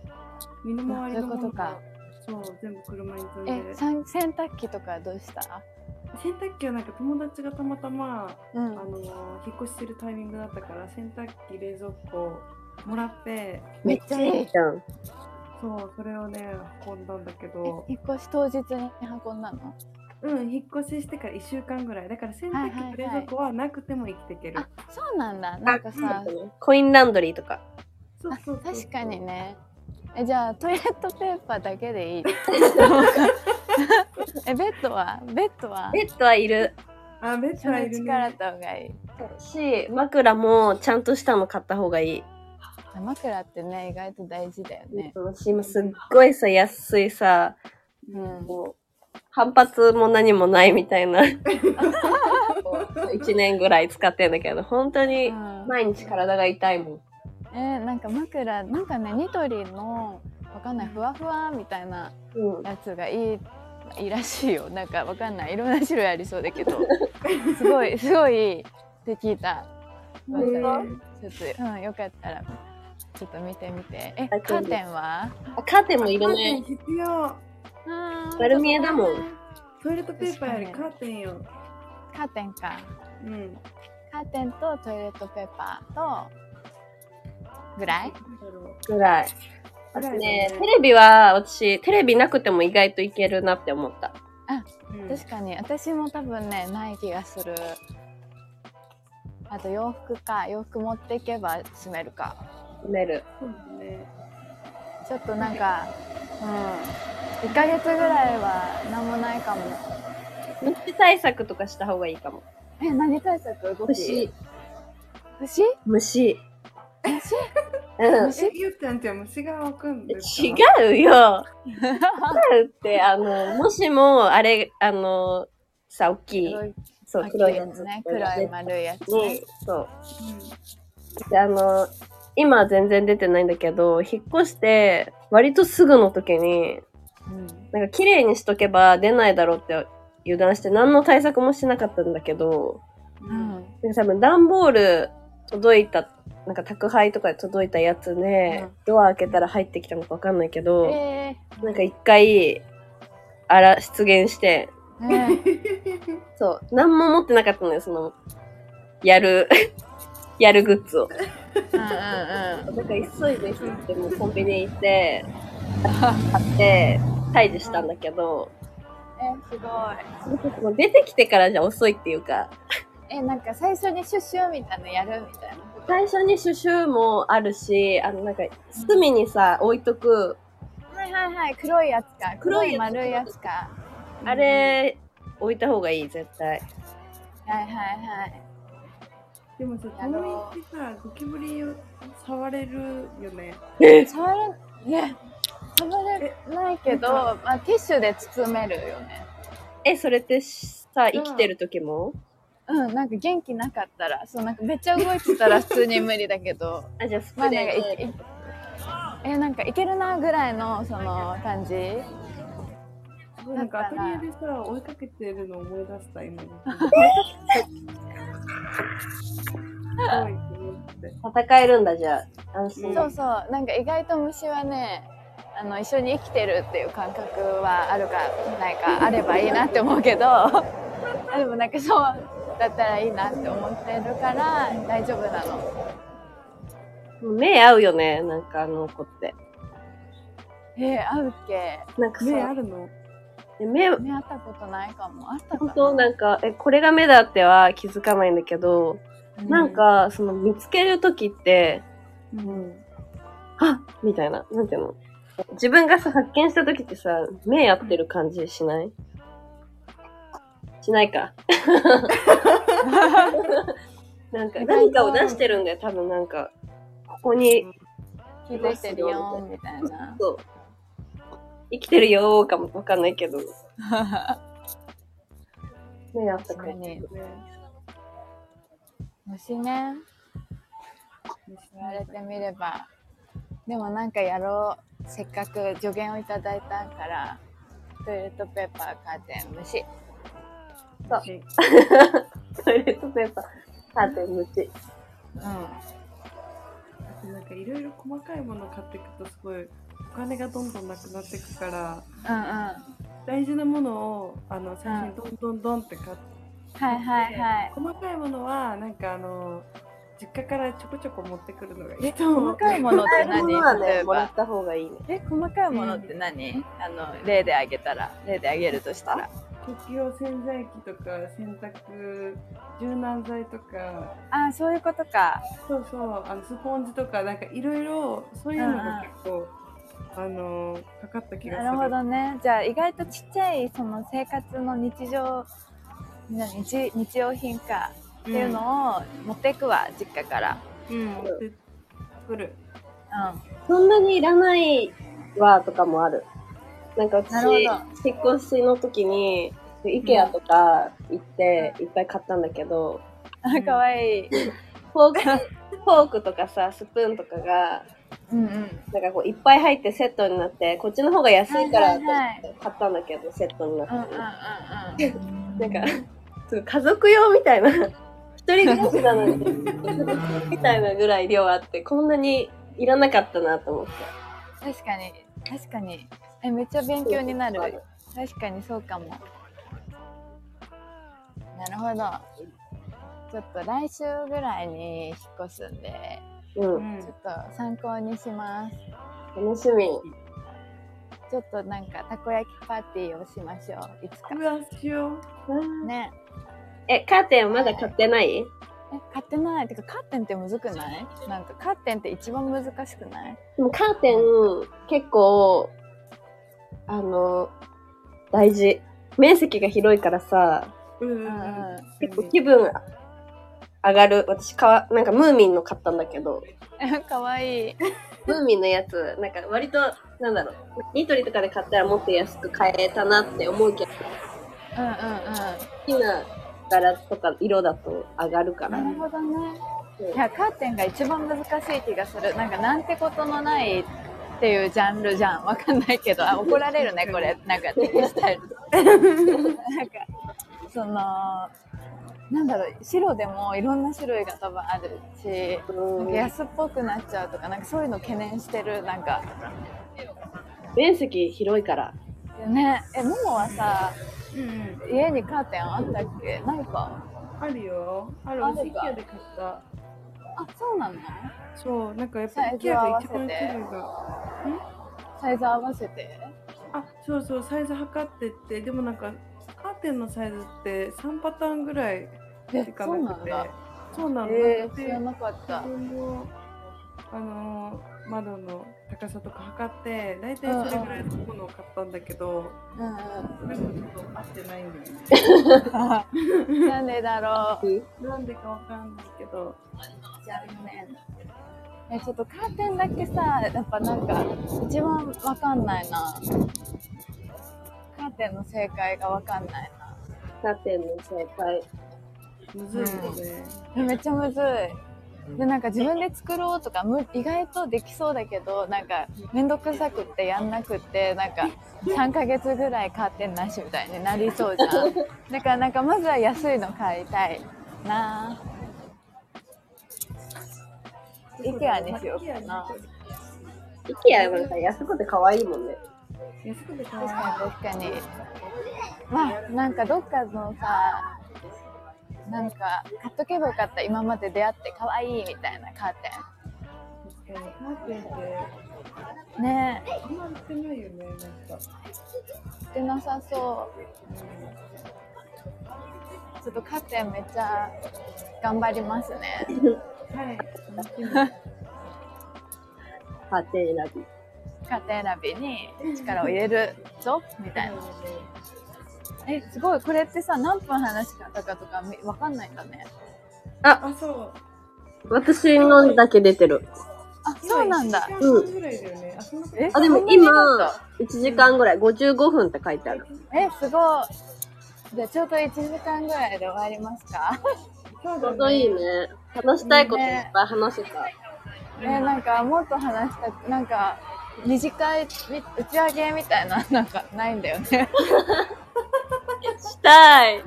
[SPEAKER 1] 身の回りのものが。そう、全部車に積ん
[SPEAKER 3] え
[SPEAKER 1] で。
[SPEAKER 3] さん洗濯機とかどうした
[SPEAKER 1] 洗濯機はなんか友達がたまたま、
[SPEAKER 3] う
[SPEAKER 1] あ
[SPEAKER 3] ん
[SPEAKER 1] のー引っ越ししてるタイミングだったから、洗濯機、冷蔵庫もらって、
[SPEAKER 3] めっちゃいい
[SPEAKER 2] じゃん。
[SPEAKER 1] そう、それをね、運んだんだけど
[SPEAKER 3] え、引っ越し当日に運んだの
[SPEAKER 1] うん、引っ越ししてから1週間ぐらい。だから洗
[SPEAKER 3] は
[SPEAKER 1] 濯
[SPEAKER 3] いはい
[SPEAKER 1] 機
[SPEAKER 3] はい
[SPEAKER 1] と冷蔵庫はなくても生きていける。
[SPEAKER 3] あそうなんだなんかさ
[SPEAKER 2] コインランドリーとか。
[SPEAKER 1] そう
[SPEAKER 3] あ
[SPEAKER 1] そうそう
[SPEAKER 3] 確かに。ねえじゃあトイレットペーパーだけ でいいえベッドはベッドは
[SPEAKER 2] ベッドはいる。
[SPEAKER 1] あ、めっち
[SPEAKER 3] 初
[SPEAKER 1] ゃい
[SPEAKER 3] 日
[SPEAKER 1] る
[SPEAKER 3] から
[SPEAKER 1] ね。
[SPEAKER 3] た方がいい
[SPEAKER 2] し、枕もちゃんとしたの買った方がいい。
[SPEAKER 3] 枕ってね意外と大事だよね
[SPEAKER 2] 私今すっごいさ、安いさ、
[SPEAKER 3] うん
[SPEAKER 2] もう、反発も何もないみたいな。1年ぐらい使ってんだけど、本当に
[SPEAKER 3] うん
[SPEAKER 2] 毎日体が痛いもん。
[SPEAKER 3] えーなんか枕なんかねニトリのわかんないふわふわみたいな
[SPEAKER 2] うん。
[SPEAKER 3] やつがいいいいらしいよなんかわかんないいろんな種類ありそう だけどすごいすごいいいって聞いた
[SPEAKER 1] え
[SPEAKER 3] なんか
[SPEAKER 1] ー
[SPEAKER 3] ちょっと、うん、よかったらちょっと見てみてえ
[SPEAKER 2] 大丈
[SPEAKER 3] カ
[SPEAKER 2] 夫
[SPEAKER 3] ーテンは
[SPEAKER 2] あカーテンもい
[SPEAKER 1] カ
[SPEAKER 2] る
[SPEAKER 1] ーテン
[SPEAKER 2] ね。
[SPEAKER 1] 必要。
[SPEAKER 2] 丸見えだもん
[SPEAKER 1] トイレットペーパーよりカーテンよ。
[SPEAKER 3] カーテンか
[SPEAKER 1] うん。
[SPEAKER 3] カーテンとトイレットペーパーとぐらい
[SPEAKER 1] なんだろう
[SPEAKER 2] ぐらい。あ
[SPEAKER 1] ぐら
[SPEAKER 2] と
[SPEAKER 1] いだ
[SPEAKER 2] ね
[SPEAKER 1] ね、
[SPEAKER 2] テレビは私、テレビなくても意外といけるなって思った。
[SPEAKER 1] うん
[SPEAKER 3] 確かに私も多分ねない気がするあと洋服か洋服持っていけば住めるか
[SPEAKER 2] 埋める。
[SPEAKER 1] そうだね。
[SPEAKER 3] ちょっとなんかうん1ヶ月ぐらいは何もないかも
[SPEAKER 2] 虫対策とかした方がいいかも。
[SPEAKER 3] え何対策動
[SPEAKER 2] 虫。
[SPEAKER 3] 虫
[SPEAKER 2] 虫。
[SPEAKER 3] 虫
[SPEAKER 2] うん。
[SPEAKER 1] え、ゆうちゃんって虫が湧くんですか
[SPEAKER 2] 違うよ違うって、あの、もしも、あれ、あの、さ、大きい、そう、黒いやつ。
[SPEAKER 3] ね黒い丸いやつ
[SPEAKER 2] うん
[SPEAKER 3] ね、
[SPEAKER 2] そう。
[SPEAKER 1] うん
[SPEAKER 2] で、あの、今は全然出てないんだけど、引っ越して、割とすぐの時に、
[SPEAKER 3] うん
[SPEAKER 2] なんか綺麗にしとけば出ないだろうって油断して、何の対策もしてなかったんだけど、
[SPEAKER 3] うん
[SPEAKER 2] なんか多分段ボール届いた、なんか宅配とかで届いたやつで、
[SPEAKER 3] うん
[SPEAKER 2] ドア開けたら入ってきたのかわかんないけど、
[SPEAKER 3] え
[SPEAKER 2] なんか一回、あら、出現して、
[SPEAKER 3] ーね
[SPEAKER 2] そう、何も持ってなかったのよ、その、やる、 やるグッズを。
[SPEAKER 3] うんうん
[SPEAKER 2] なんか急いで行って、もうコンビニ行って、買って、退治したんだけど、
[SPEAKER 3] うんえすごい
[SPEAKER 2] もう出てきてからじゃ遅いっていうか、
[SPEAKER 3] えなんか最初にシュッシュみたいなのやるみたいなこと
[SPEAKER 2] 最初にシュシュもあるし、あの、なんか、隅にさ、置いとく、
[SPEAKER 3] はいはいはい黒いやつか
[SPEAKER 2] 黒
[SPEAKER 3] 黒
[SPEAKER 2] い
[SPEAKER 3] い
[SPEAKER 2] やつ
[SPEAKER 3] 丸いやつか
[SPEAKER 2] あれ、置いた方がいい、絶対。
[SPEAKER 3] はいはいはい
[SPEAKER 1] でもさ、
[SPEAKER 3] あ
[SPEAKER 1] とも
[SPEAKER 3] の
[SPEAKER 1] みってさ、ゴキブリを触れるよね。
[SPEAKER 2] え
[SPEAKER 3] 触れね触れないけど、まあ、ティッシュで包めるよね
[SPEAKER 2] え、それってしさ、生きてる時も
[SPEAKER 3] うん、なんか元気なかったら、そう、なんかめっちゃ動いてたら普通に無理だ けど、
[SPEAKER 2] あ、じゃあス
[SPEAKER 3] まあ
[SPEAKER 2] プ
[SPEAKER 3] なんか
[SPEAKER 2] レ
[SPEAKER 3] い、
[SPEAKER 2] ーで。
[SPEAKER 3] いえ、なんかいけるなぐらいの、その感じ。
[SPEAKER 1] すごいなんかアトリエでさ、追いかけてるの思い出した、今。すごいと思って。
[SPEAKER 2] 戦えるんだ、じゃあ。安
[SPEAKER 1] う
[SPEAKER 2] 心。
[SPEAKER 1] ん
[SPEAKER 3] そうそう、なんか意外と虫はね、あの一緒に生きてるっていう感覚はあるかないかあればいいなって思うけど でもなんかそうだったらいいなって思ってるから大丈夫なの
[SPEAKER 2] 目合うよね、なんかあの子って。
[SPEAKER 3] えー、会うっけ
[SPEAKER 2] なんか
[SPEAKER 1] 目あ
[SPEAKER 2] さ、
[SPEAKER 1] るの
[SPEAKER 2] 目、
[SPEAKER 3] ね会ったことないかも会ったか
[SPEAKER 2] 本
[SPEAKER 3] な
[SPEAKER 2] 当なんか、え、これが目だっては気づかないんだけど、
[SPEAKER 3] う
[SPEAKER 2] なんか、その見つけるときって、
[SPEAKER 1] うん。
[SPEAKER 2] あみたいな、なんていうの自分がさ、発見したときってさ、目合ってる感じしないしないか。なんか、何かを出してるんだよ、多分なんか。ここに、
[SPEAKER 3] 気づいてるよーみたいな
[SPEAKER 2] そう。生きてるよーかもわかんないけ ど。目合った
[SPEAKER 3] 確か
[SPEAKER 2] 感じ。
[SPEAKER 3] に
[SPEAKER 1] ね
[SPEAKER 3] 虫ね言われてみればでもなんかやろうせっかく助言をいただいたからトイレットペーパーカーテン虫
[SPEAKER 2] そうトイレットペーパー。カーテン無知。
[SPEAKER 3] う
[SPEAKER 1] なんかいろいろ細かいもの買っていくとすごいお金がどんどんなくなっていくから
[SPEAKER 3] んうんうんは
[SPEAKER 1] 大事なものをあの最初にどんどんどんって買って、
[SPEAKER 3] いはいはい
[SPEAKER 1] 細かいものはなんかあの実家からちょこちょこ持ってくるのがいいと思う
[SPEAKER 3] 細かいものって何
[SPEAKER 2] 物は
[SPEAKER 3] 例え
[SPEAKER 2] ね、もら
[SPEAKER 3] ば
[SPEAKER 2] った方がいいね。
[SPEAKER 3] え細かいものって何、あの例であげたら例であげるとしたら
[SPEAKER 1] 適用洗剤機とか洗濯柔軟剤とか
[SPEAKER 3] ああそういうことか
[SPEAKER 1] そうそうあのスポンジとかなんかいろいろそういうのが結構あのかかった気が
[SPEAKER 3] な
[SPEAKER 1] する
[SPEAKER 3] るほどねじゃあ意外とちっちゃいその生活の日常な日日用品かっていうのを持っていくわ、実家から
[SPEAKER 1] うん、うん、持ってくる
[SPEAKER 3] うん
[SPEAKER 2] そんなにいらないわとかもある。なんか
[SPEAKER 3] な
[SPEAKER 2] 私、
[SPEAKER 3] るほど
[SPEAKER 2] 引っ越しの時に、IKEA とか行って、いっぱい買ったんだけど、
[SPEAKER 3] あかわい
[SPEAKER 2] フ
[SPEAKER 3] い。
[SPEAKER 2] ォーク、フォークとかさ、スプーンとかが、
[SPEAKER 3] うんうん。
[SPEAKER 2] なんかこういっぱい入ってセットになって、こっちの方が安いから
[SPEAKER 3] は
[SPEAKER 2] と
[SPEAKER 3] いはいはい
[SPEAKER 2] 思って買ったんだけど、セットにな
[SPEAKER 3] うんうん
[SPEAKER 2] って。
[SPEAKER 3] うんうん。
[SPEAKER 2] なんか、すごい家族用みたいな、一人暮らしなのに、みたいなぐらい量あって、こんなにいらなかったなと思って。
[SPEAKER 3] 確かに確かにえめっちゃ勉強になる。確かにそうかも。なるほど。ちょっと来週ぐらいに引っ越すんで、
[SPEAKER 2] う、
[SPEAKER 1] うんん
[SPEAKER 3] ちょっと参考にします。
[SPEAKER 2] 楽しみ。
[SPEAKER 3] ちょっとなんかたこ焼きパーティーをしましょう。いつか
[SPEAKER 1] う。わしよう
[SPEAKER 3] ね。
[SPEAKER 2] え、カーテンまだ買ってない
[SPEAKER 3] え買ってない。てかカーテンってむずくない？なんかカーテンって一番難しくない？
[SPEAKER 2] でもカーテン、結構、あの、大事。面積が広いからさ、
[SPEAKER 1] うんうん
[SPEAKER 3] う
[SPEAKER 1] うん
[SPEAKER 2] 結構気分上がる。私、かわ、なんかムーミンの買ったんだけど、
[SPEAKER 3] え可愛いい。
[SPEAKER 2] ムーミンのやつ、なんか割と、なんだろう、ニトリとかで買ったらもっと安く買えたなって思うけど、
[SPEAKER 3] うんうんうん。
[SPEAKER 2] 好きな柄とか色だと上がるか
[SPEAKER 3] な
[SPEAKER 2] ら。
[SPEAKER 3] るほどね。
[SPEAKER 2] そう
[SPEAKER 3] いやカーテンが一番難しい気がする。なんかなんてことのないっていうジャンルじゃん。わかんないけど、あ怒られるねこれ。なんかテキスタイル。なんかそのなんだろう白でもいろんな種類が多分あるし。なん
[SPEAKER 2] う
[SPEAKER 3] か
[SPEAKER 2] ん
[SPEAKER 3] 安っぽくなっちゃうとかなんかそういうの懸念してるなんか
[SPEAKER 2] 面積広いから。
[SPEAKER 3] ねえももはさ
[SPEAKER 1] うんうん
[SPEAKER 3] 家にカーテンあったっけないか
[SPEAKER 1] あるよ。ある、
[SPEAKER 3] あ
[SPEAKER 1] お
[SPEAKER 3] るか
[SPEAKER 1] しいで買った。
[SPEAKER 3] あそうなの
[SPEAKER 1] そう、なんかやっぱ
[SPEAKER 3] サイ
[SPEAKER 1] り
[SPEAKER 3] ズ
[SPEAKER 1] ケア
[SPEAKER 3] 合
[SPEAKER 1] が
[SPEAKER 3] わ
[SPEAKER 1] 一
[SPEAKER 3] せて
[SPEAKER 1] 番種類が。
[SPEAKER 3] サイズ合わせて
[SPEAKER 1] あ、そうそう、サイズ測ってって、でもなんか、カーテンのサイズって3パターンぐらい
[SPEAKER 3] え
[SPEAKER 1] しか
[SPEAKER 3] そう
[SPEAKER 1] な
[SPEAKER 3] な
[SPEAKER 1] く
[SPEAKER 3] ん
[SPEAKER 1] て
[SPEAKER 3] だ。
[SPEAKER 1] そうなの。
[SPEAKER 3] えー、
[SPEAKER 1] で
[SPEAKER 3] 知らなかった
[SPEAKER 1] 自。分の、あのー窓の高さとか測って、大体それぐらいのものを買ったんだけど、
[SPEAKER 3] うんうん。
[SPEAKER 1] それもちょっと合ってないんだよね。
[SPEAKER 3] なんでだろう。
[SPEAKER 1] なんでかわかんないけど。
[SPEAKER 3] 残念。え、ちょっとカーテンだけさ、やっぱなんか、一番わかんないな。カーテンの正解がわかんないな。
[SPEAKER 2] カーテンの正解。
[SPEAKER 1] むずいよね。
[SPEAKER 3] めっちゃむずい。でなんか自分で作ろうとかむ意外とできそうだけどなんか面倒くさくってやんなくってなんか3ヶ月ぐらいカーテンなしみたいになりそうじゃんだからなんかまずは安いの買いたいなあ
[SPEAKER 1] イ
[SPEAKER 3] IKEA にしようかな。
[SPEAKER 2] イケアなんか安くて可愛いもんね。
[SPEAKER 1] 安くて買
[SPEAKER 3] 確
[SPEAKER 1] え
[SPEAKER 3] かに確かにまあなんかどっかのさなんか買っとけばよかった今まで出会って可愛いみたいなカーテ
[SPEAKER 1] 確かに。カーテンって、
[SPEAKER 3] ンねえ
[SPEAKER 1] あんま売ってないよね、なんか。
[SPEAKER 3] 売ってなさそうちょっとカーテンめっちゃ頑張りますね。
[SPEAKER 1] はい。楽しみは
[SPEAKER 2] カーテン選び。
[SPEAKER 3] カーテン選びに力を入れるぞみたいな。え、すごい。これってさ、何分話したかとかみわかんないんだね。
[SPEAKER 1] あ、そう。
[SPEAKER 2] 私のだけ出てる。
[SPEAKER 3] あ、そうなんだ。
[SPEAKER 1] 今1時間半ぐらいだよね。あ、そんなこと
[SPEAKER 3] え
[SPEAKER 2] あ、で
[SPEAKER 3] そん
[SPEAKER 2] も
[SPEAKER 3] なに
[SPEAKER 2] 今
[SPEAKER 3] 経っ、
[SPEAKER 2] 1時間ぐらい、55分って書いてある。
[SPEAKER 3] たえ、すごい。じゃあちょうど1時間ぐらいで終わりますか。
[SPEAKER 1] そう
[SPEAKER 2] ちょ
[SPEAKER 1] だ
[SPEAKER 2] うどいいね。話したいこといっぱい話せた。
[SPEAKER 3] え、なんかもっと話した、なんか、二次会、み打ち上げみたいな、なんかないんだよね。
[SPEAKER 2] したい。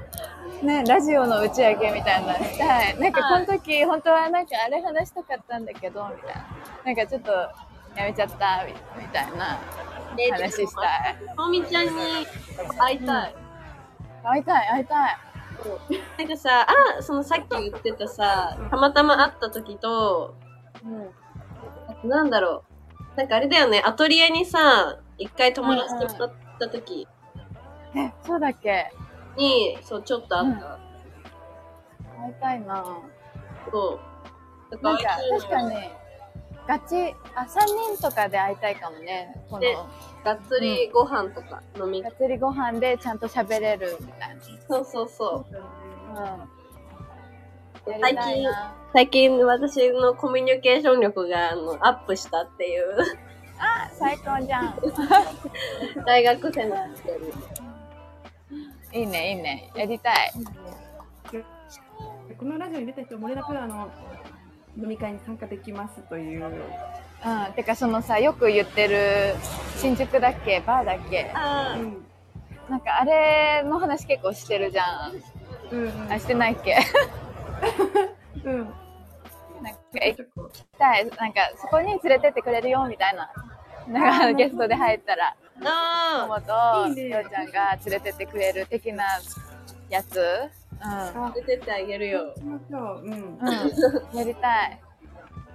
[SPEAKER 3] ね、ラジオの打ち上げみたいなのしたい。なんかこの時、本当はなんかあれ話したかったんだけど、みたいな。なんかちょっとやめちゃった、みみたいな話したい。
[SPEAKER 2] ともみちゃんに会いたい。
[SPEAKER 3] 会いたい、会いたい。
[SPEAKER 2] なんかさ、あ、そのさっき言ってたさ、たまたま会った時と、なんだろう。なんかあれだよね、アトリエにさ、一回友達と会った時
[SPEAKER 3] え、そうだっけ
[SPEAKER 2] に、そう、ちょっと会った。
[SPEAKER 3] 会いたいな
[SPEAKER 2] そう。だ
[SPEAKER 3] なんか
[SPEAKER 2] ら
[SPEAKER 3] 確かに、ガチ、あ、3人とかで会いたいかもね。こ
[SPEAKER 2] ね
[SPEAKER 3] の、
[SPEAKER 2] がっつりご飯とか飲み、
[SPEAKER 3] がっつりご飯でちゃんと喋れるみたい
[SPEAKER 2] そうそうそう。
[SPEAKER 3] な。うん。や
[SPEAKER 2] 最
[SPEAKER 3] りたい
[SPEAKER 2] 近
[SPEAKER 3] な。
[SPEAKER 2] 最近私のコミュニケーション力があのアップしたっていう
[SPEAKER 3] あ、最高じゃん。
[SPEAKER 2] 大学生の時に
[SPEAKER 3] いいね、いいね。やりたい。
[SPEAKER 1] このラジオに出た人もれなくあの飲み会に参加できますという
[SPEAKER 3] うん、てかそのさよく言ってる新宿だっけバーだっけ
[SPEAKER 2] あ
[SPEAKER 1] うん
[SPEAKER 3] なんかあれの話結構してるじゃん
[SPEAKER 1] うんうん
[SPEAKER 3] あしてないっけ
[SPEAKER 1] うん
[SPEAKER 3] なんか行きたいなんかそこに連れてってくれるよみたいななんかゲストで入ったら
[SPEAKER 2] あ
[SPEAKER 3] 友と
[SPEAKER 1] い
[SPEAKER 3] よ
[SPEAKER 1] いね
[SPEAKER 3] うちゃんが連れてってくれる的なやつう
[SPEAKER 1] あ
[SPEAKER 2] 出てってあげるよ
[SPEAKER 1] しましょううん
[SPEAKER 3] ん、うん、やりたい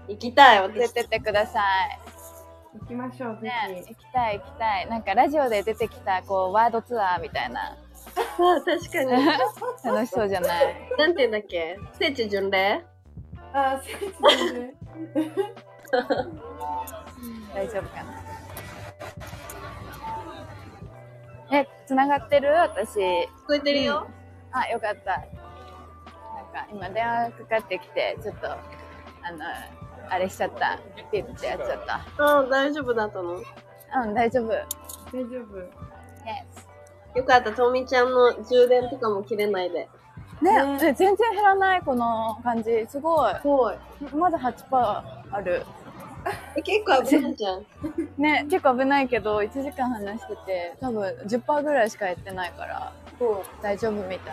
[SPEAKER 2] 行きたい
[SPEAKER 3] 連れ
[SPEAKER 2] 私
[SPEAKER 3] てってください
[SPEAKER 1] 行きましょうぜ
[SPEAKER 3] ね
[SPEAKER 1] ひ
[SPEAKER 3] 行きたい行きたいなんかラジオで出てきたこうワードツアーみたいな
[SPEAKER 2] あ確か にな
[SPEAKER 3] 楽しそうじゃない
[SPEAKER 2] んて言うんだっけ聖地巡礼
[SPEAKER 1] あ聖地巡礼
[SPEAKER 3] 大丈夫かなえ繋がってる私
[SPEAKER 2] 聞こえてるよ、
[SPEAKER 3] あよかったなんか今電話かかってきてちょっとあのあれしちゃったピッてやっちゃった
[SPEAKER 2] うん、大丈夫だったの
[SPEAKER 3] うん大丈夫
[SPEAKER 1] 大丈夫
[SPEAKER 2] よかったとみちゃんの充電とかも切れないで
[SPEAKER 3] ね
[SPEAKER 1] ね
[SPEAKER 3] え全然減らないこの感じすごい
[SPEAKER 2] すごい
[SPEAKER 3] まだ8%ある
[SPEAKER 2] え結構危ないじ ゃん
[SPEAKER 3] ね結構危ないけど1時間話してて多分10%ぐらいしかやってないから
[SPEAKER 2] そう
[SPEAKER 3] 大丈夫みた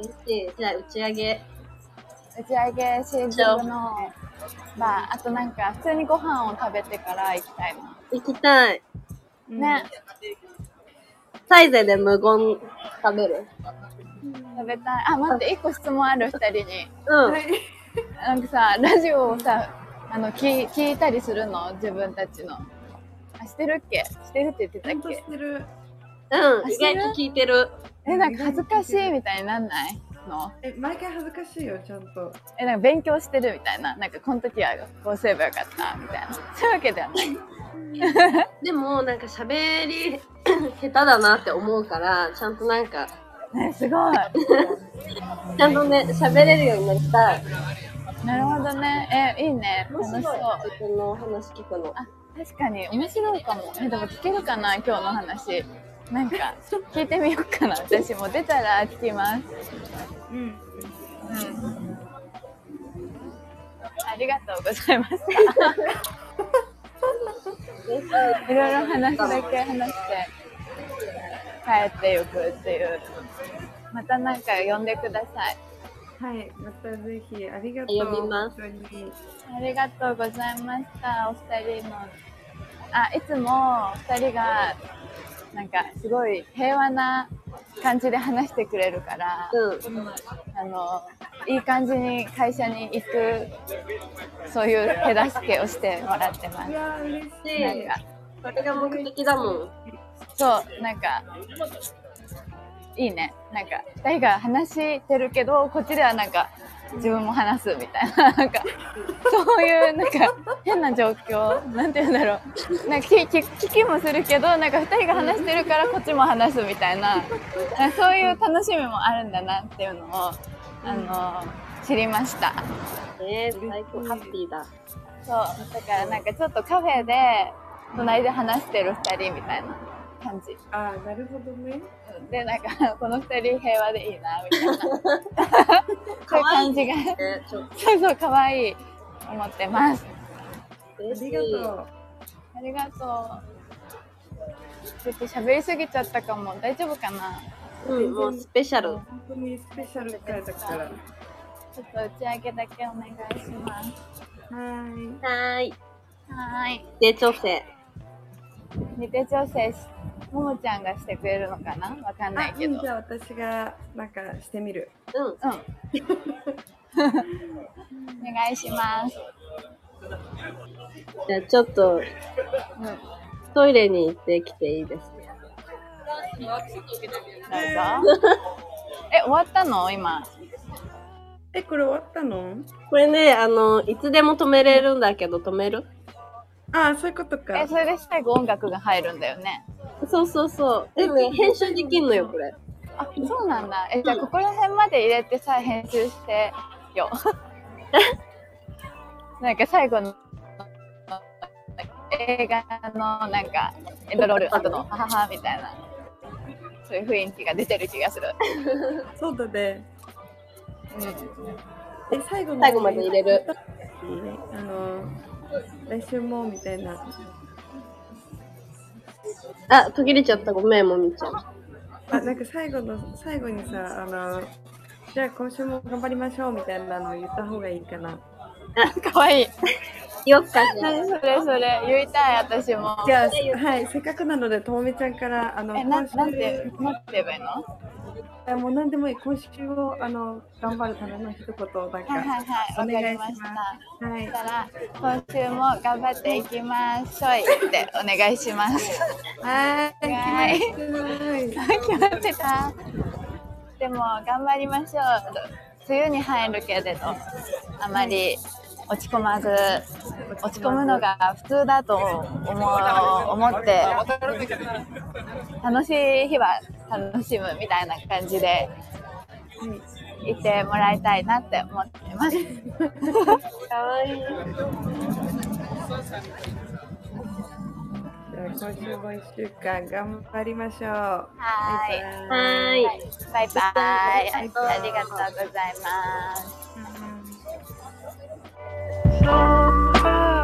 [SPEAKER 3] い
[SPEAKER 2] 嬉しいじゃあ打ち上げ
[SPEAKER 3] 打ち上げシーズンのまああとなんか普通にご飯を食べてから行きたいな、
[SPEAKER 2] 行きたい
[SPEAKER 1] うん
[SPEAKER 3] ね
[SPEAKER 2] サイゼで無言食べる
[SPEAKER 3] 食べたいあ待って1個質問ある2人に
[SPEAKER 2] うん
[SPEAKER 1] はい
[SPEAKER 3] なんかさラジオをさあの聞い聞いたりするの自分たちのあしてるっけしてるって言ってた
[SPEAKER 1] ちゃんと
[SPEAKER 3] っ
[SPEAKER 1] し
[SPEAKER 3] け
[SPEAKER 1] てる
[SPEAKER 2] うん
[SPEAKER 3] あ
[SPEAKER 2] 意外と聞いてる
[SPEAKER 3] えなんか恥ずかしいみたいになんないの
[SPEAKER 1] え毎回恥ずかしいよちゃんと
[SPEAKER 3] えなんか勉強してるみたいななんかこの時はこうすればよかったみたいなそういうわけでは ない
[SPEAKER 2] でもなんか喋り 下手だなって思うからちゃんとなんか
[SPEAKER 3] ねすごい
[SPEAKER 2] ちゃんとね喋れるようになりたい
[SPEAKER 3] なるほどねえいいね楽しそう
[SPEAKER 2] 自分のお話聞くの
[SPEAKER 3] あ確かに面白いかもえでも聞けるかな今日の話なんか聞いてみようかな私も出たら聞きます、
[SPEAKER 1] うん。
[SPEAKER 3] ありがとうございましたい
[SPEAKER 2] い
[SPEAKER 3] ろいろ話だけ話して帰っていくっていうまたなんか呼んでください
[SPEAKER 1] はい、またぜひありがとう。
[SPEAKER 2] 呼びます
[SPEAKER 1] 本当に
[SPEAKER 3] ありがとうございましたお二人のあいつもお二人がなんかすごい平和な感じで話してくれるから、
[SPEAKER 2] うん。
[SPEAKER 3] あのいい感じに会社に行くそういう手助けをしてもらってます
[SPEAKER 1] うわー、嬉しい。
[SPEAKER 3] なんか
[SPEAKER 2] それが目的だもん。
[SPEAKER 3] そうなんかいいねなんか2人が話してるけどこっちではなんか自分も話すみたいななんかそういうなんか変な状況なんて言うんだろうなんか聞き聞きもするけどなんか2人が話してるからこっちも話すみたいななんかそういう楽しみもあるんだなっていうのをあの知りました。
[SPEAKER 2] えー、最高、ハッピーだ。
[SPEAKER 3] そうだからなんかちょっとカフェで隣で話してる2人みたいな感じ
[SPEAKER 1] あー、なるほどね。
[SPEAKER 3] でなんかこの2人平和でいいなみたいなそういう
[SPEAKER 2] 可愛い
[SPEAKER 3] 感じが
[SPEAKER 2] えー、ちょっと、
[SPEAKER 3] そうそう可愛い思ってます
[SPEAKER 1] あ
[SPEAKER 2] 嬉し
[SPEAKER 1] り
[SPEAKER 2] い
[SPEAKER 1] がと
[SPEAKER 3] ありがとうちょっと喋りすぎちゃったかも大丈夫かな
[SPEAKER 1] う。
[SPEAKER 2] うん、もうスペシャル。
[SPEAKER 1] 本当にスペシャル回だから。は
[SPEAKER 3] ちょっと打ち上げだけお願いします
[SPEAKER 1] ーい。
[SPEAKER 2] はーい。
[SPEAKER 3] はーい
[SPEAKER 2] で、調整。
[SPEAKER 3] 似て調整しももちゃんがしてくれるのかなわかんない
[SPEAKER 1] あ、
[SPEAKER 3] けど
[SPEAKER 1] じゃあ私がなんかしてみる。
[SPEAKER 2] うん。
[SPEAKER 3] うん。 お願いします。
[SPEAKER 2] じゃあ、ちょっと、
[SPEAKER 3] うん。どうぞ。
[SPEAKER 2] トイレに行ってきていいですか
[SPEAKER 3] え、終わったの今。
[SPEAKER 1] え、これ終わったの？
[SPEAKER 2] これね、あの、いつでも止めれるんだけど、止める
[SPEAKER 1] あー、そういうことか
[SPEAKER 3] え、。それで最後音楽が入るんだよね。
[SPEAKER 2] そうそうそう。でもね、編集できんのよ、これ。
[SPEAKER 3] あ、そうなんだ。え、じゃあここら辺まで入れてさ、編集してよ。 なんか最後の映画のなんかエンドロール後のハハハみたいな。そういう雰囲気が出てる気がする。
[SPEAKER 1] そうだね。
[SPEAKER 3] うん。
[SPEAKER 1] え、最後の
[SPEAKER 2] 最後まで入れる。
[SPEAKER 1] あの来週もみたいな。
[SPEAKER 2] あ、途切れちゃった。ごめん、もみちゃん。
[SPEAKER 1] あ、なんか最後の最後にさ、あのじゃあ今週も頑張りましょうみたいなのを言った方がいいかな。
[SPEAKER 3] かわいい。
[SPEAKER 2] よっか
[SPEAKER 3] 何
[SPEAKER 2] ね。
[SPEAKER 3] それそれ言いたい私も
[SPEAKER 1] じゃあ、はい、せっかくなので、ともみちゃんから、あの、
[SPEAKER 3] えな
[SPEAKER 1] 今週
[SPEAKER 3] なんてなんて言えばいいのは
[SPEAKER 1] えもう何でもいい、今週を、あの、頑張るための一言を、なん
[SPEAKER 3] い
[SPEAKER 1] か、
[SPEAKER 3] はいはいわかりまし
[SPEAKER 1] お願いしたは
[SPEAKER 3] そし
[SPEAKER 1] い、
[SPEAKER 3] たら今週も頑張っていきましょいってお願いします
[SPEAKER 1] はい、
[SPEAKER 3] はい
[SPEAKER 1] はい、
[SPEAKER 3] 決まってたでも頑張りましょう梅雨に入るけれどあまり落ち込まず落ち込むのが普通だと思う思って楽しい日は楽しむみたいな感じでいてもらいたいなって思ってます。
[SPEAKER 2] かわいい。
[SPEAKER 1] じゃあ今週も一週間頑張りましょう。
[SPEAKER 3] はい。
[SPEAKER 2] は
[SPEAKER 1] バイバイ
[SPEAKER 2] ーい。
[SPEAKER 3] バイバイ。ありがとうございます。
[SPEAKER 1] So far.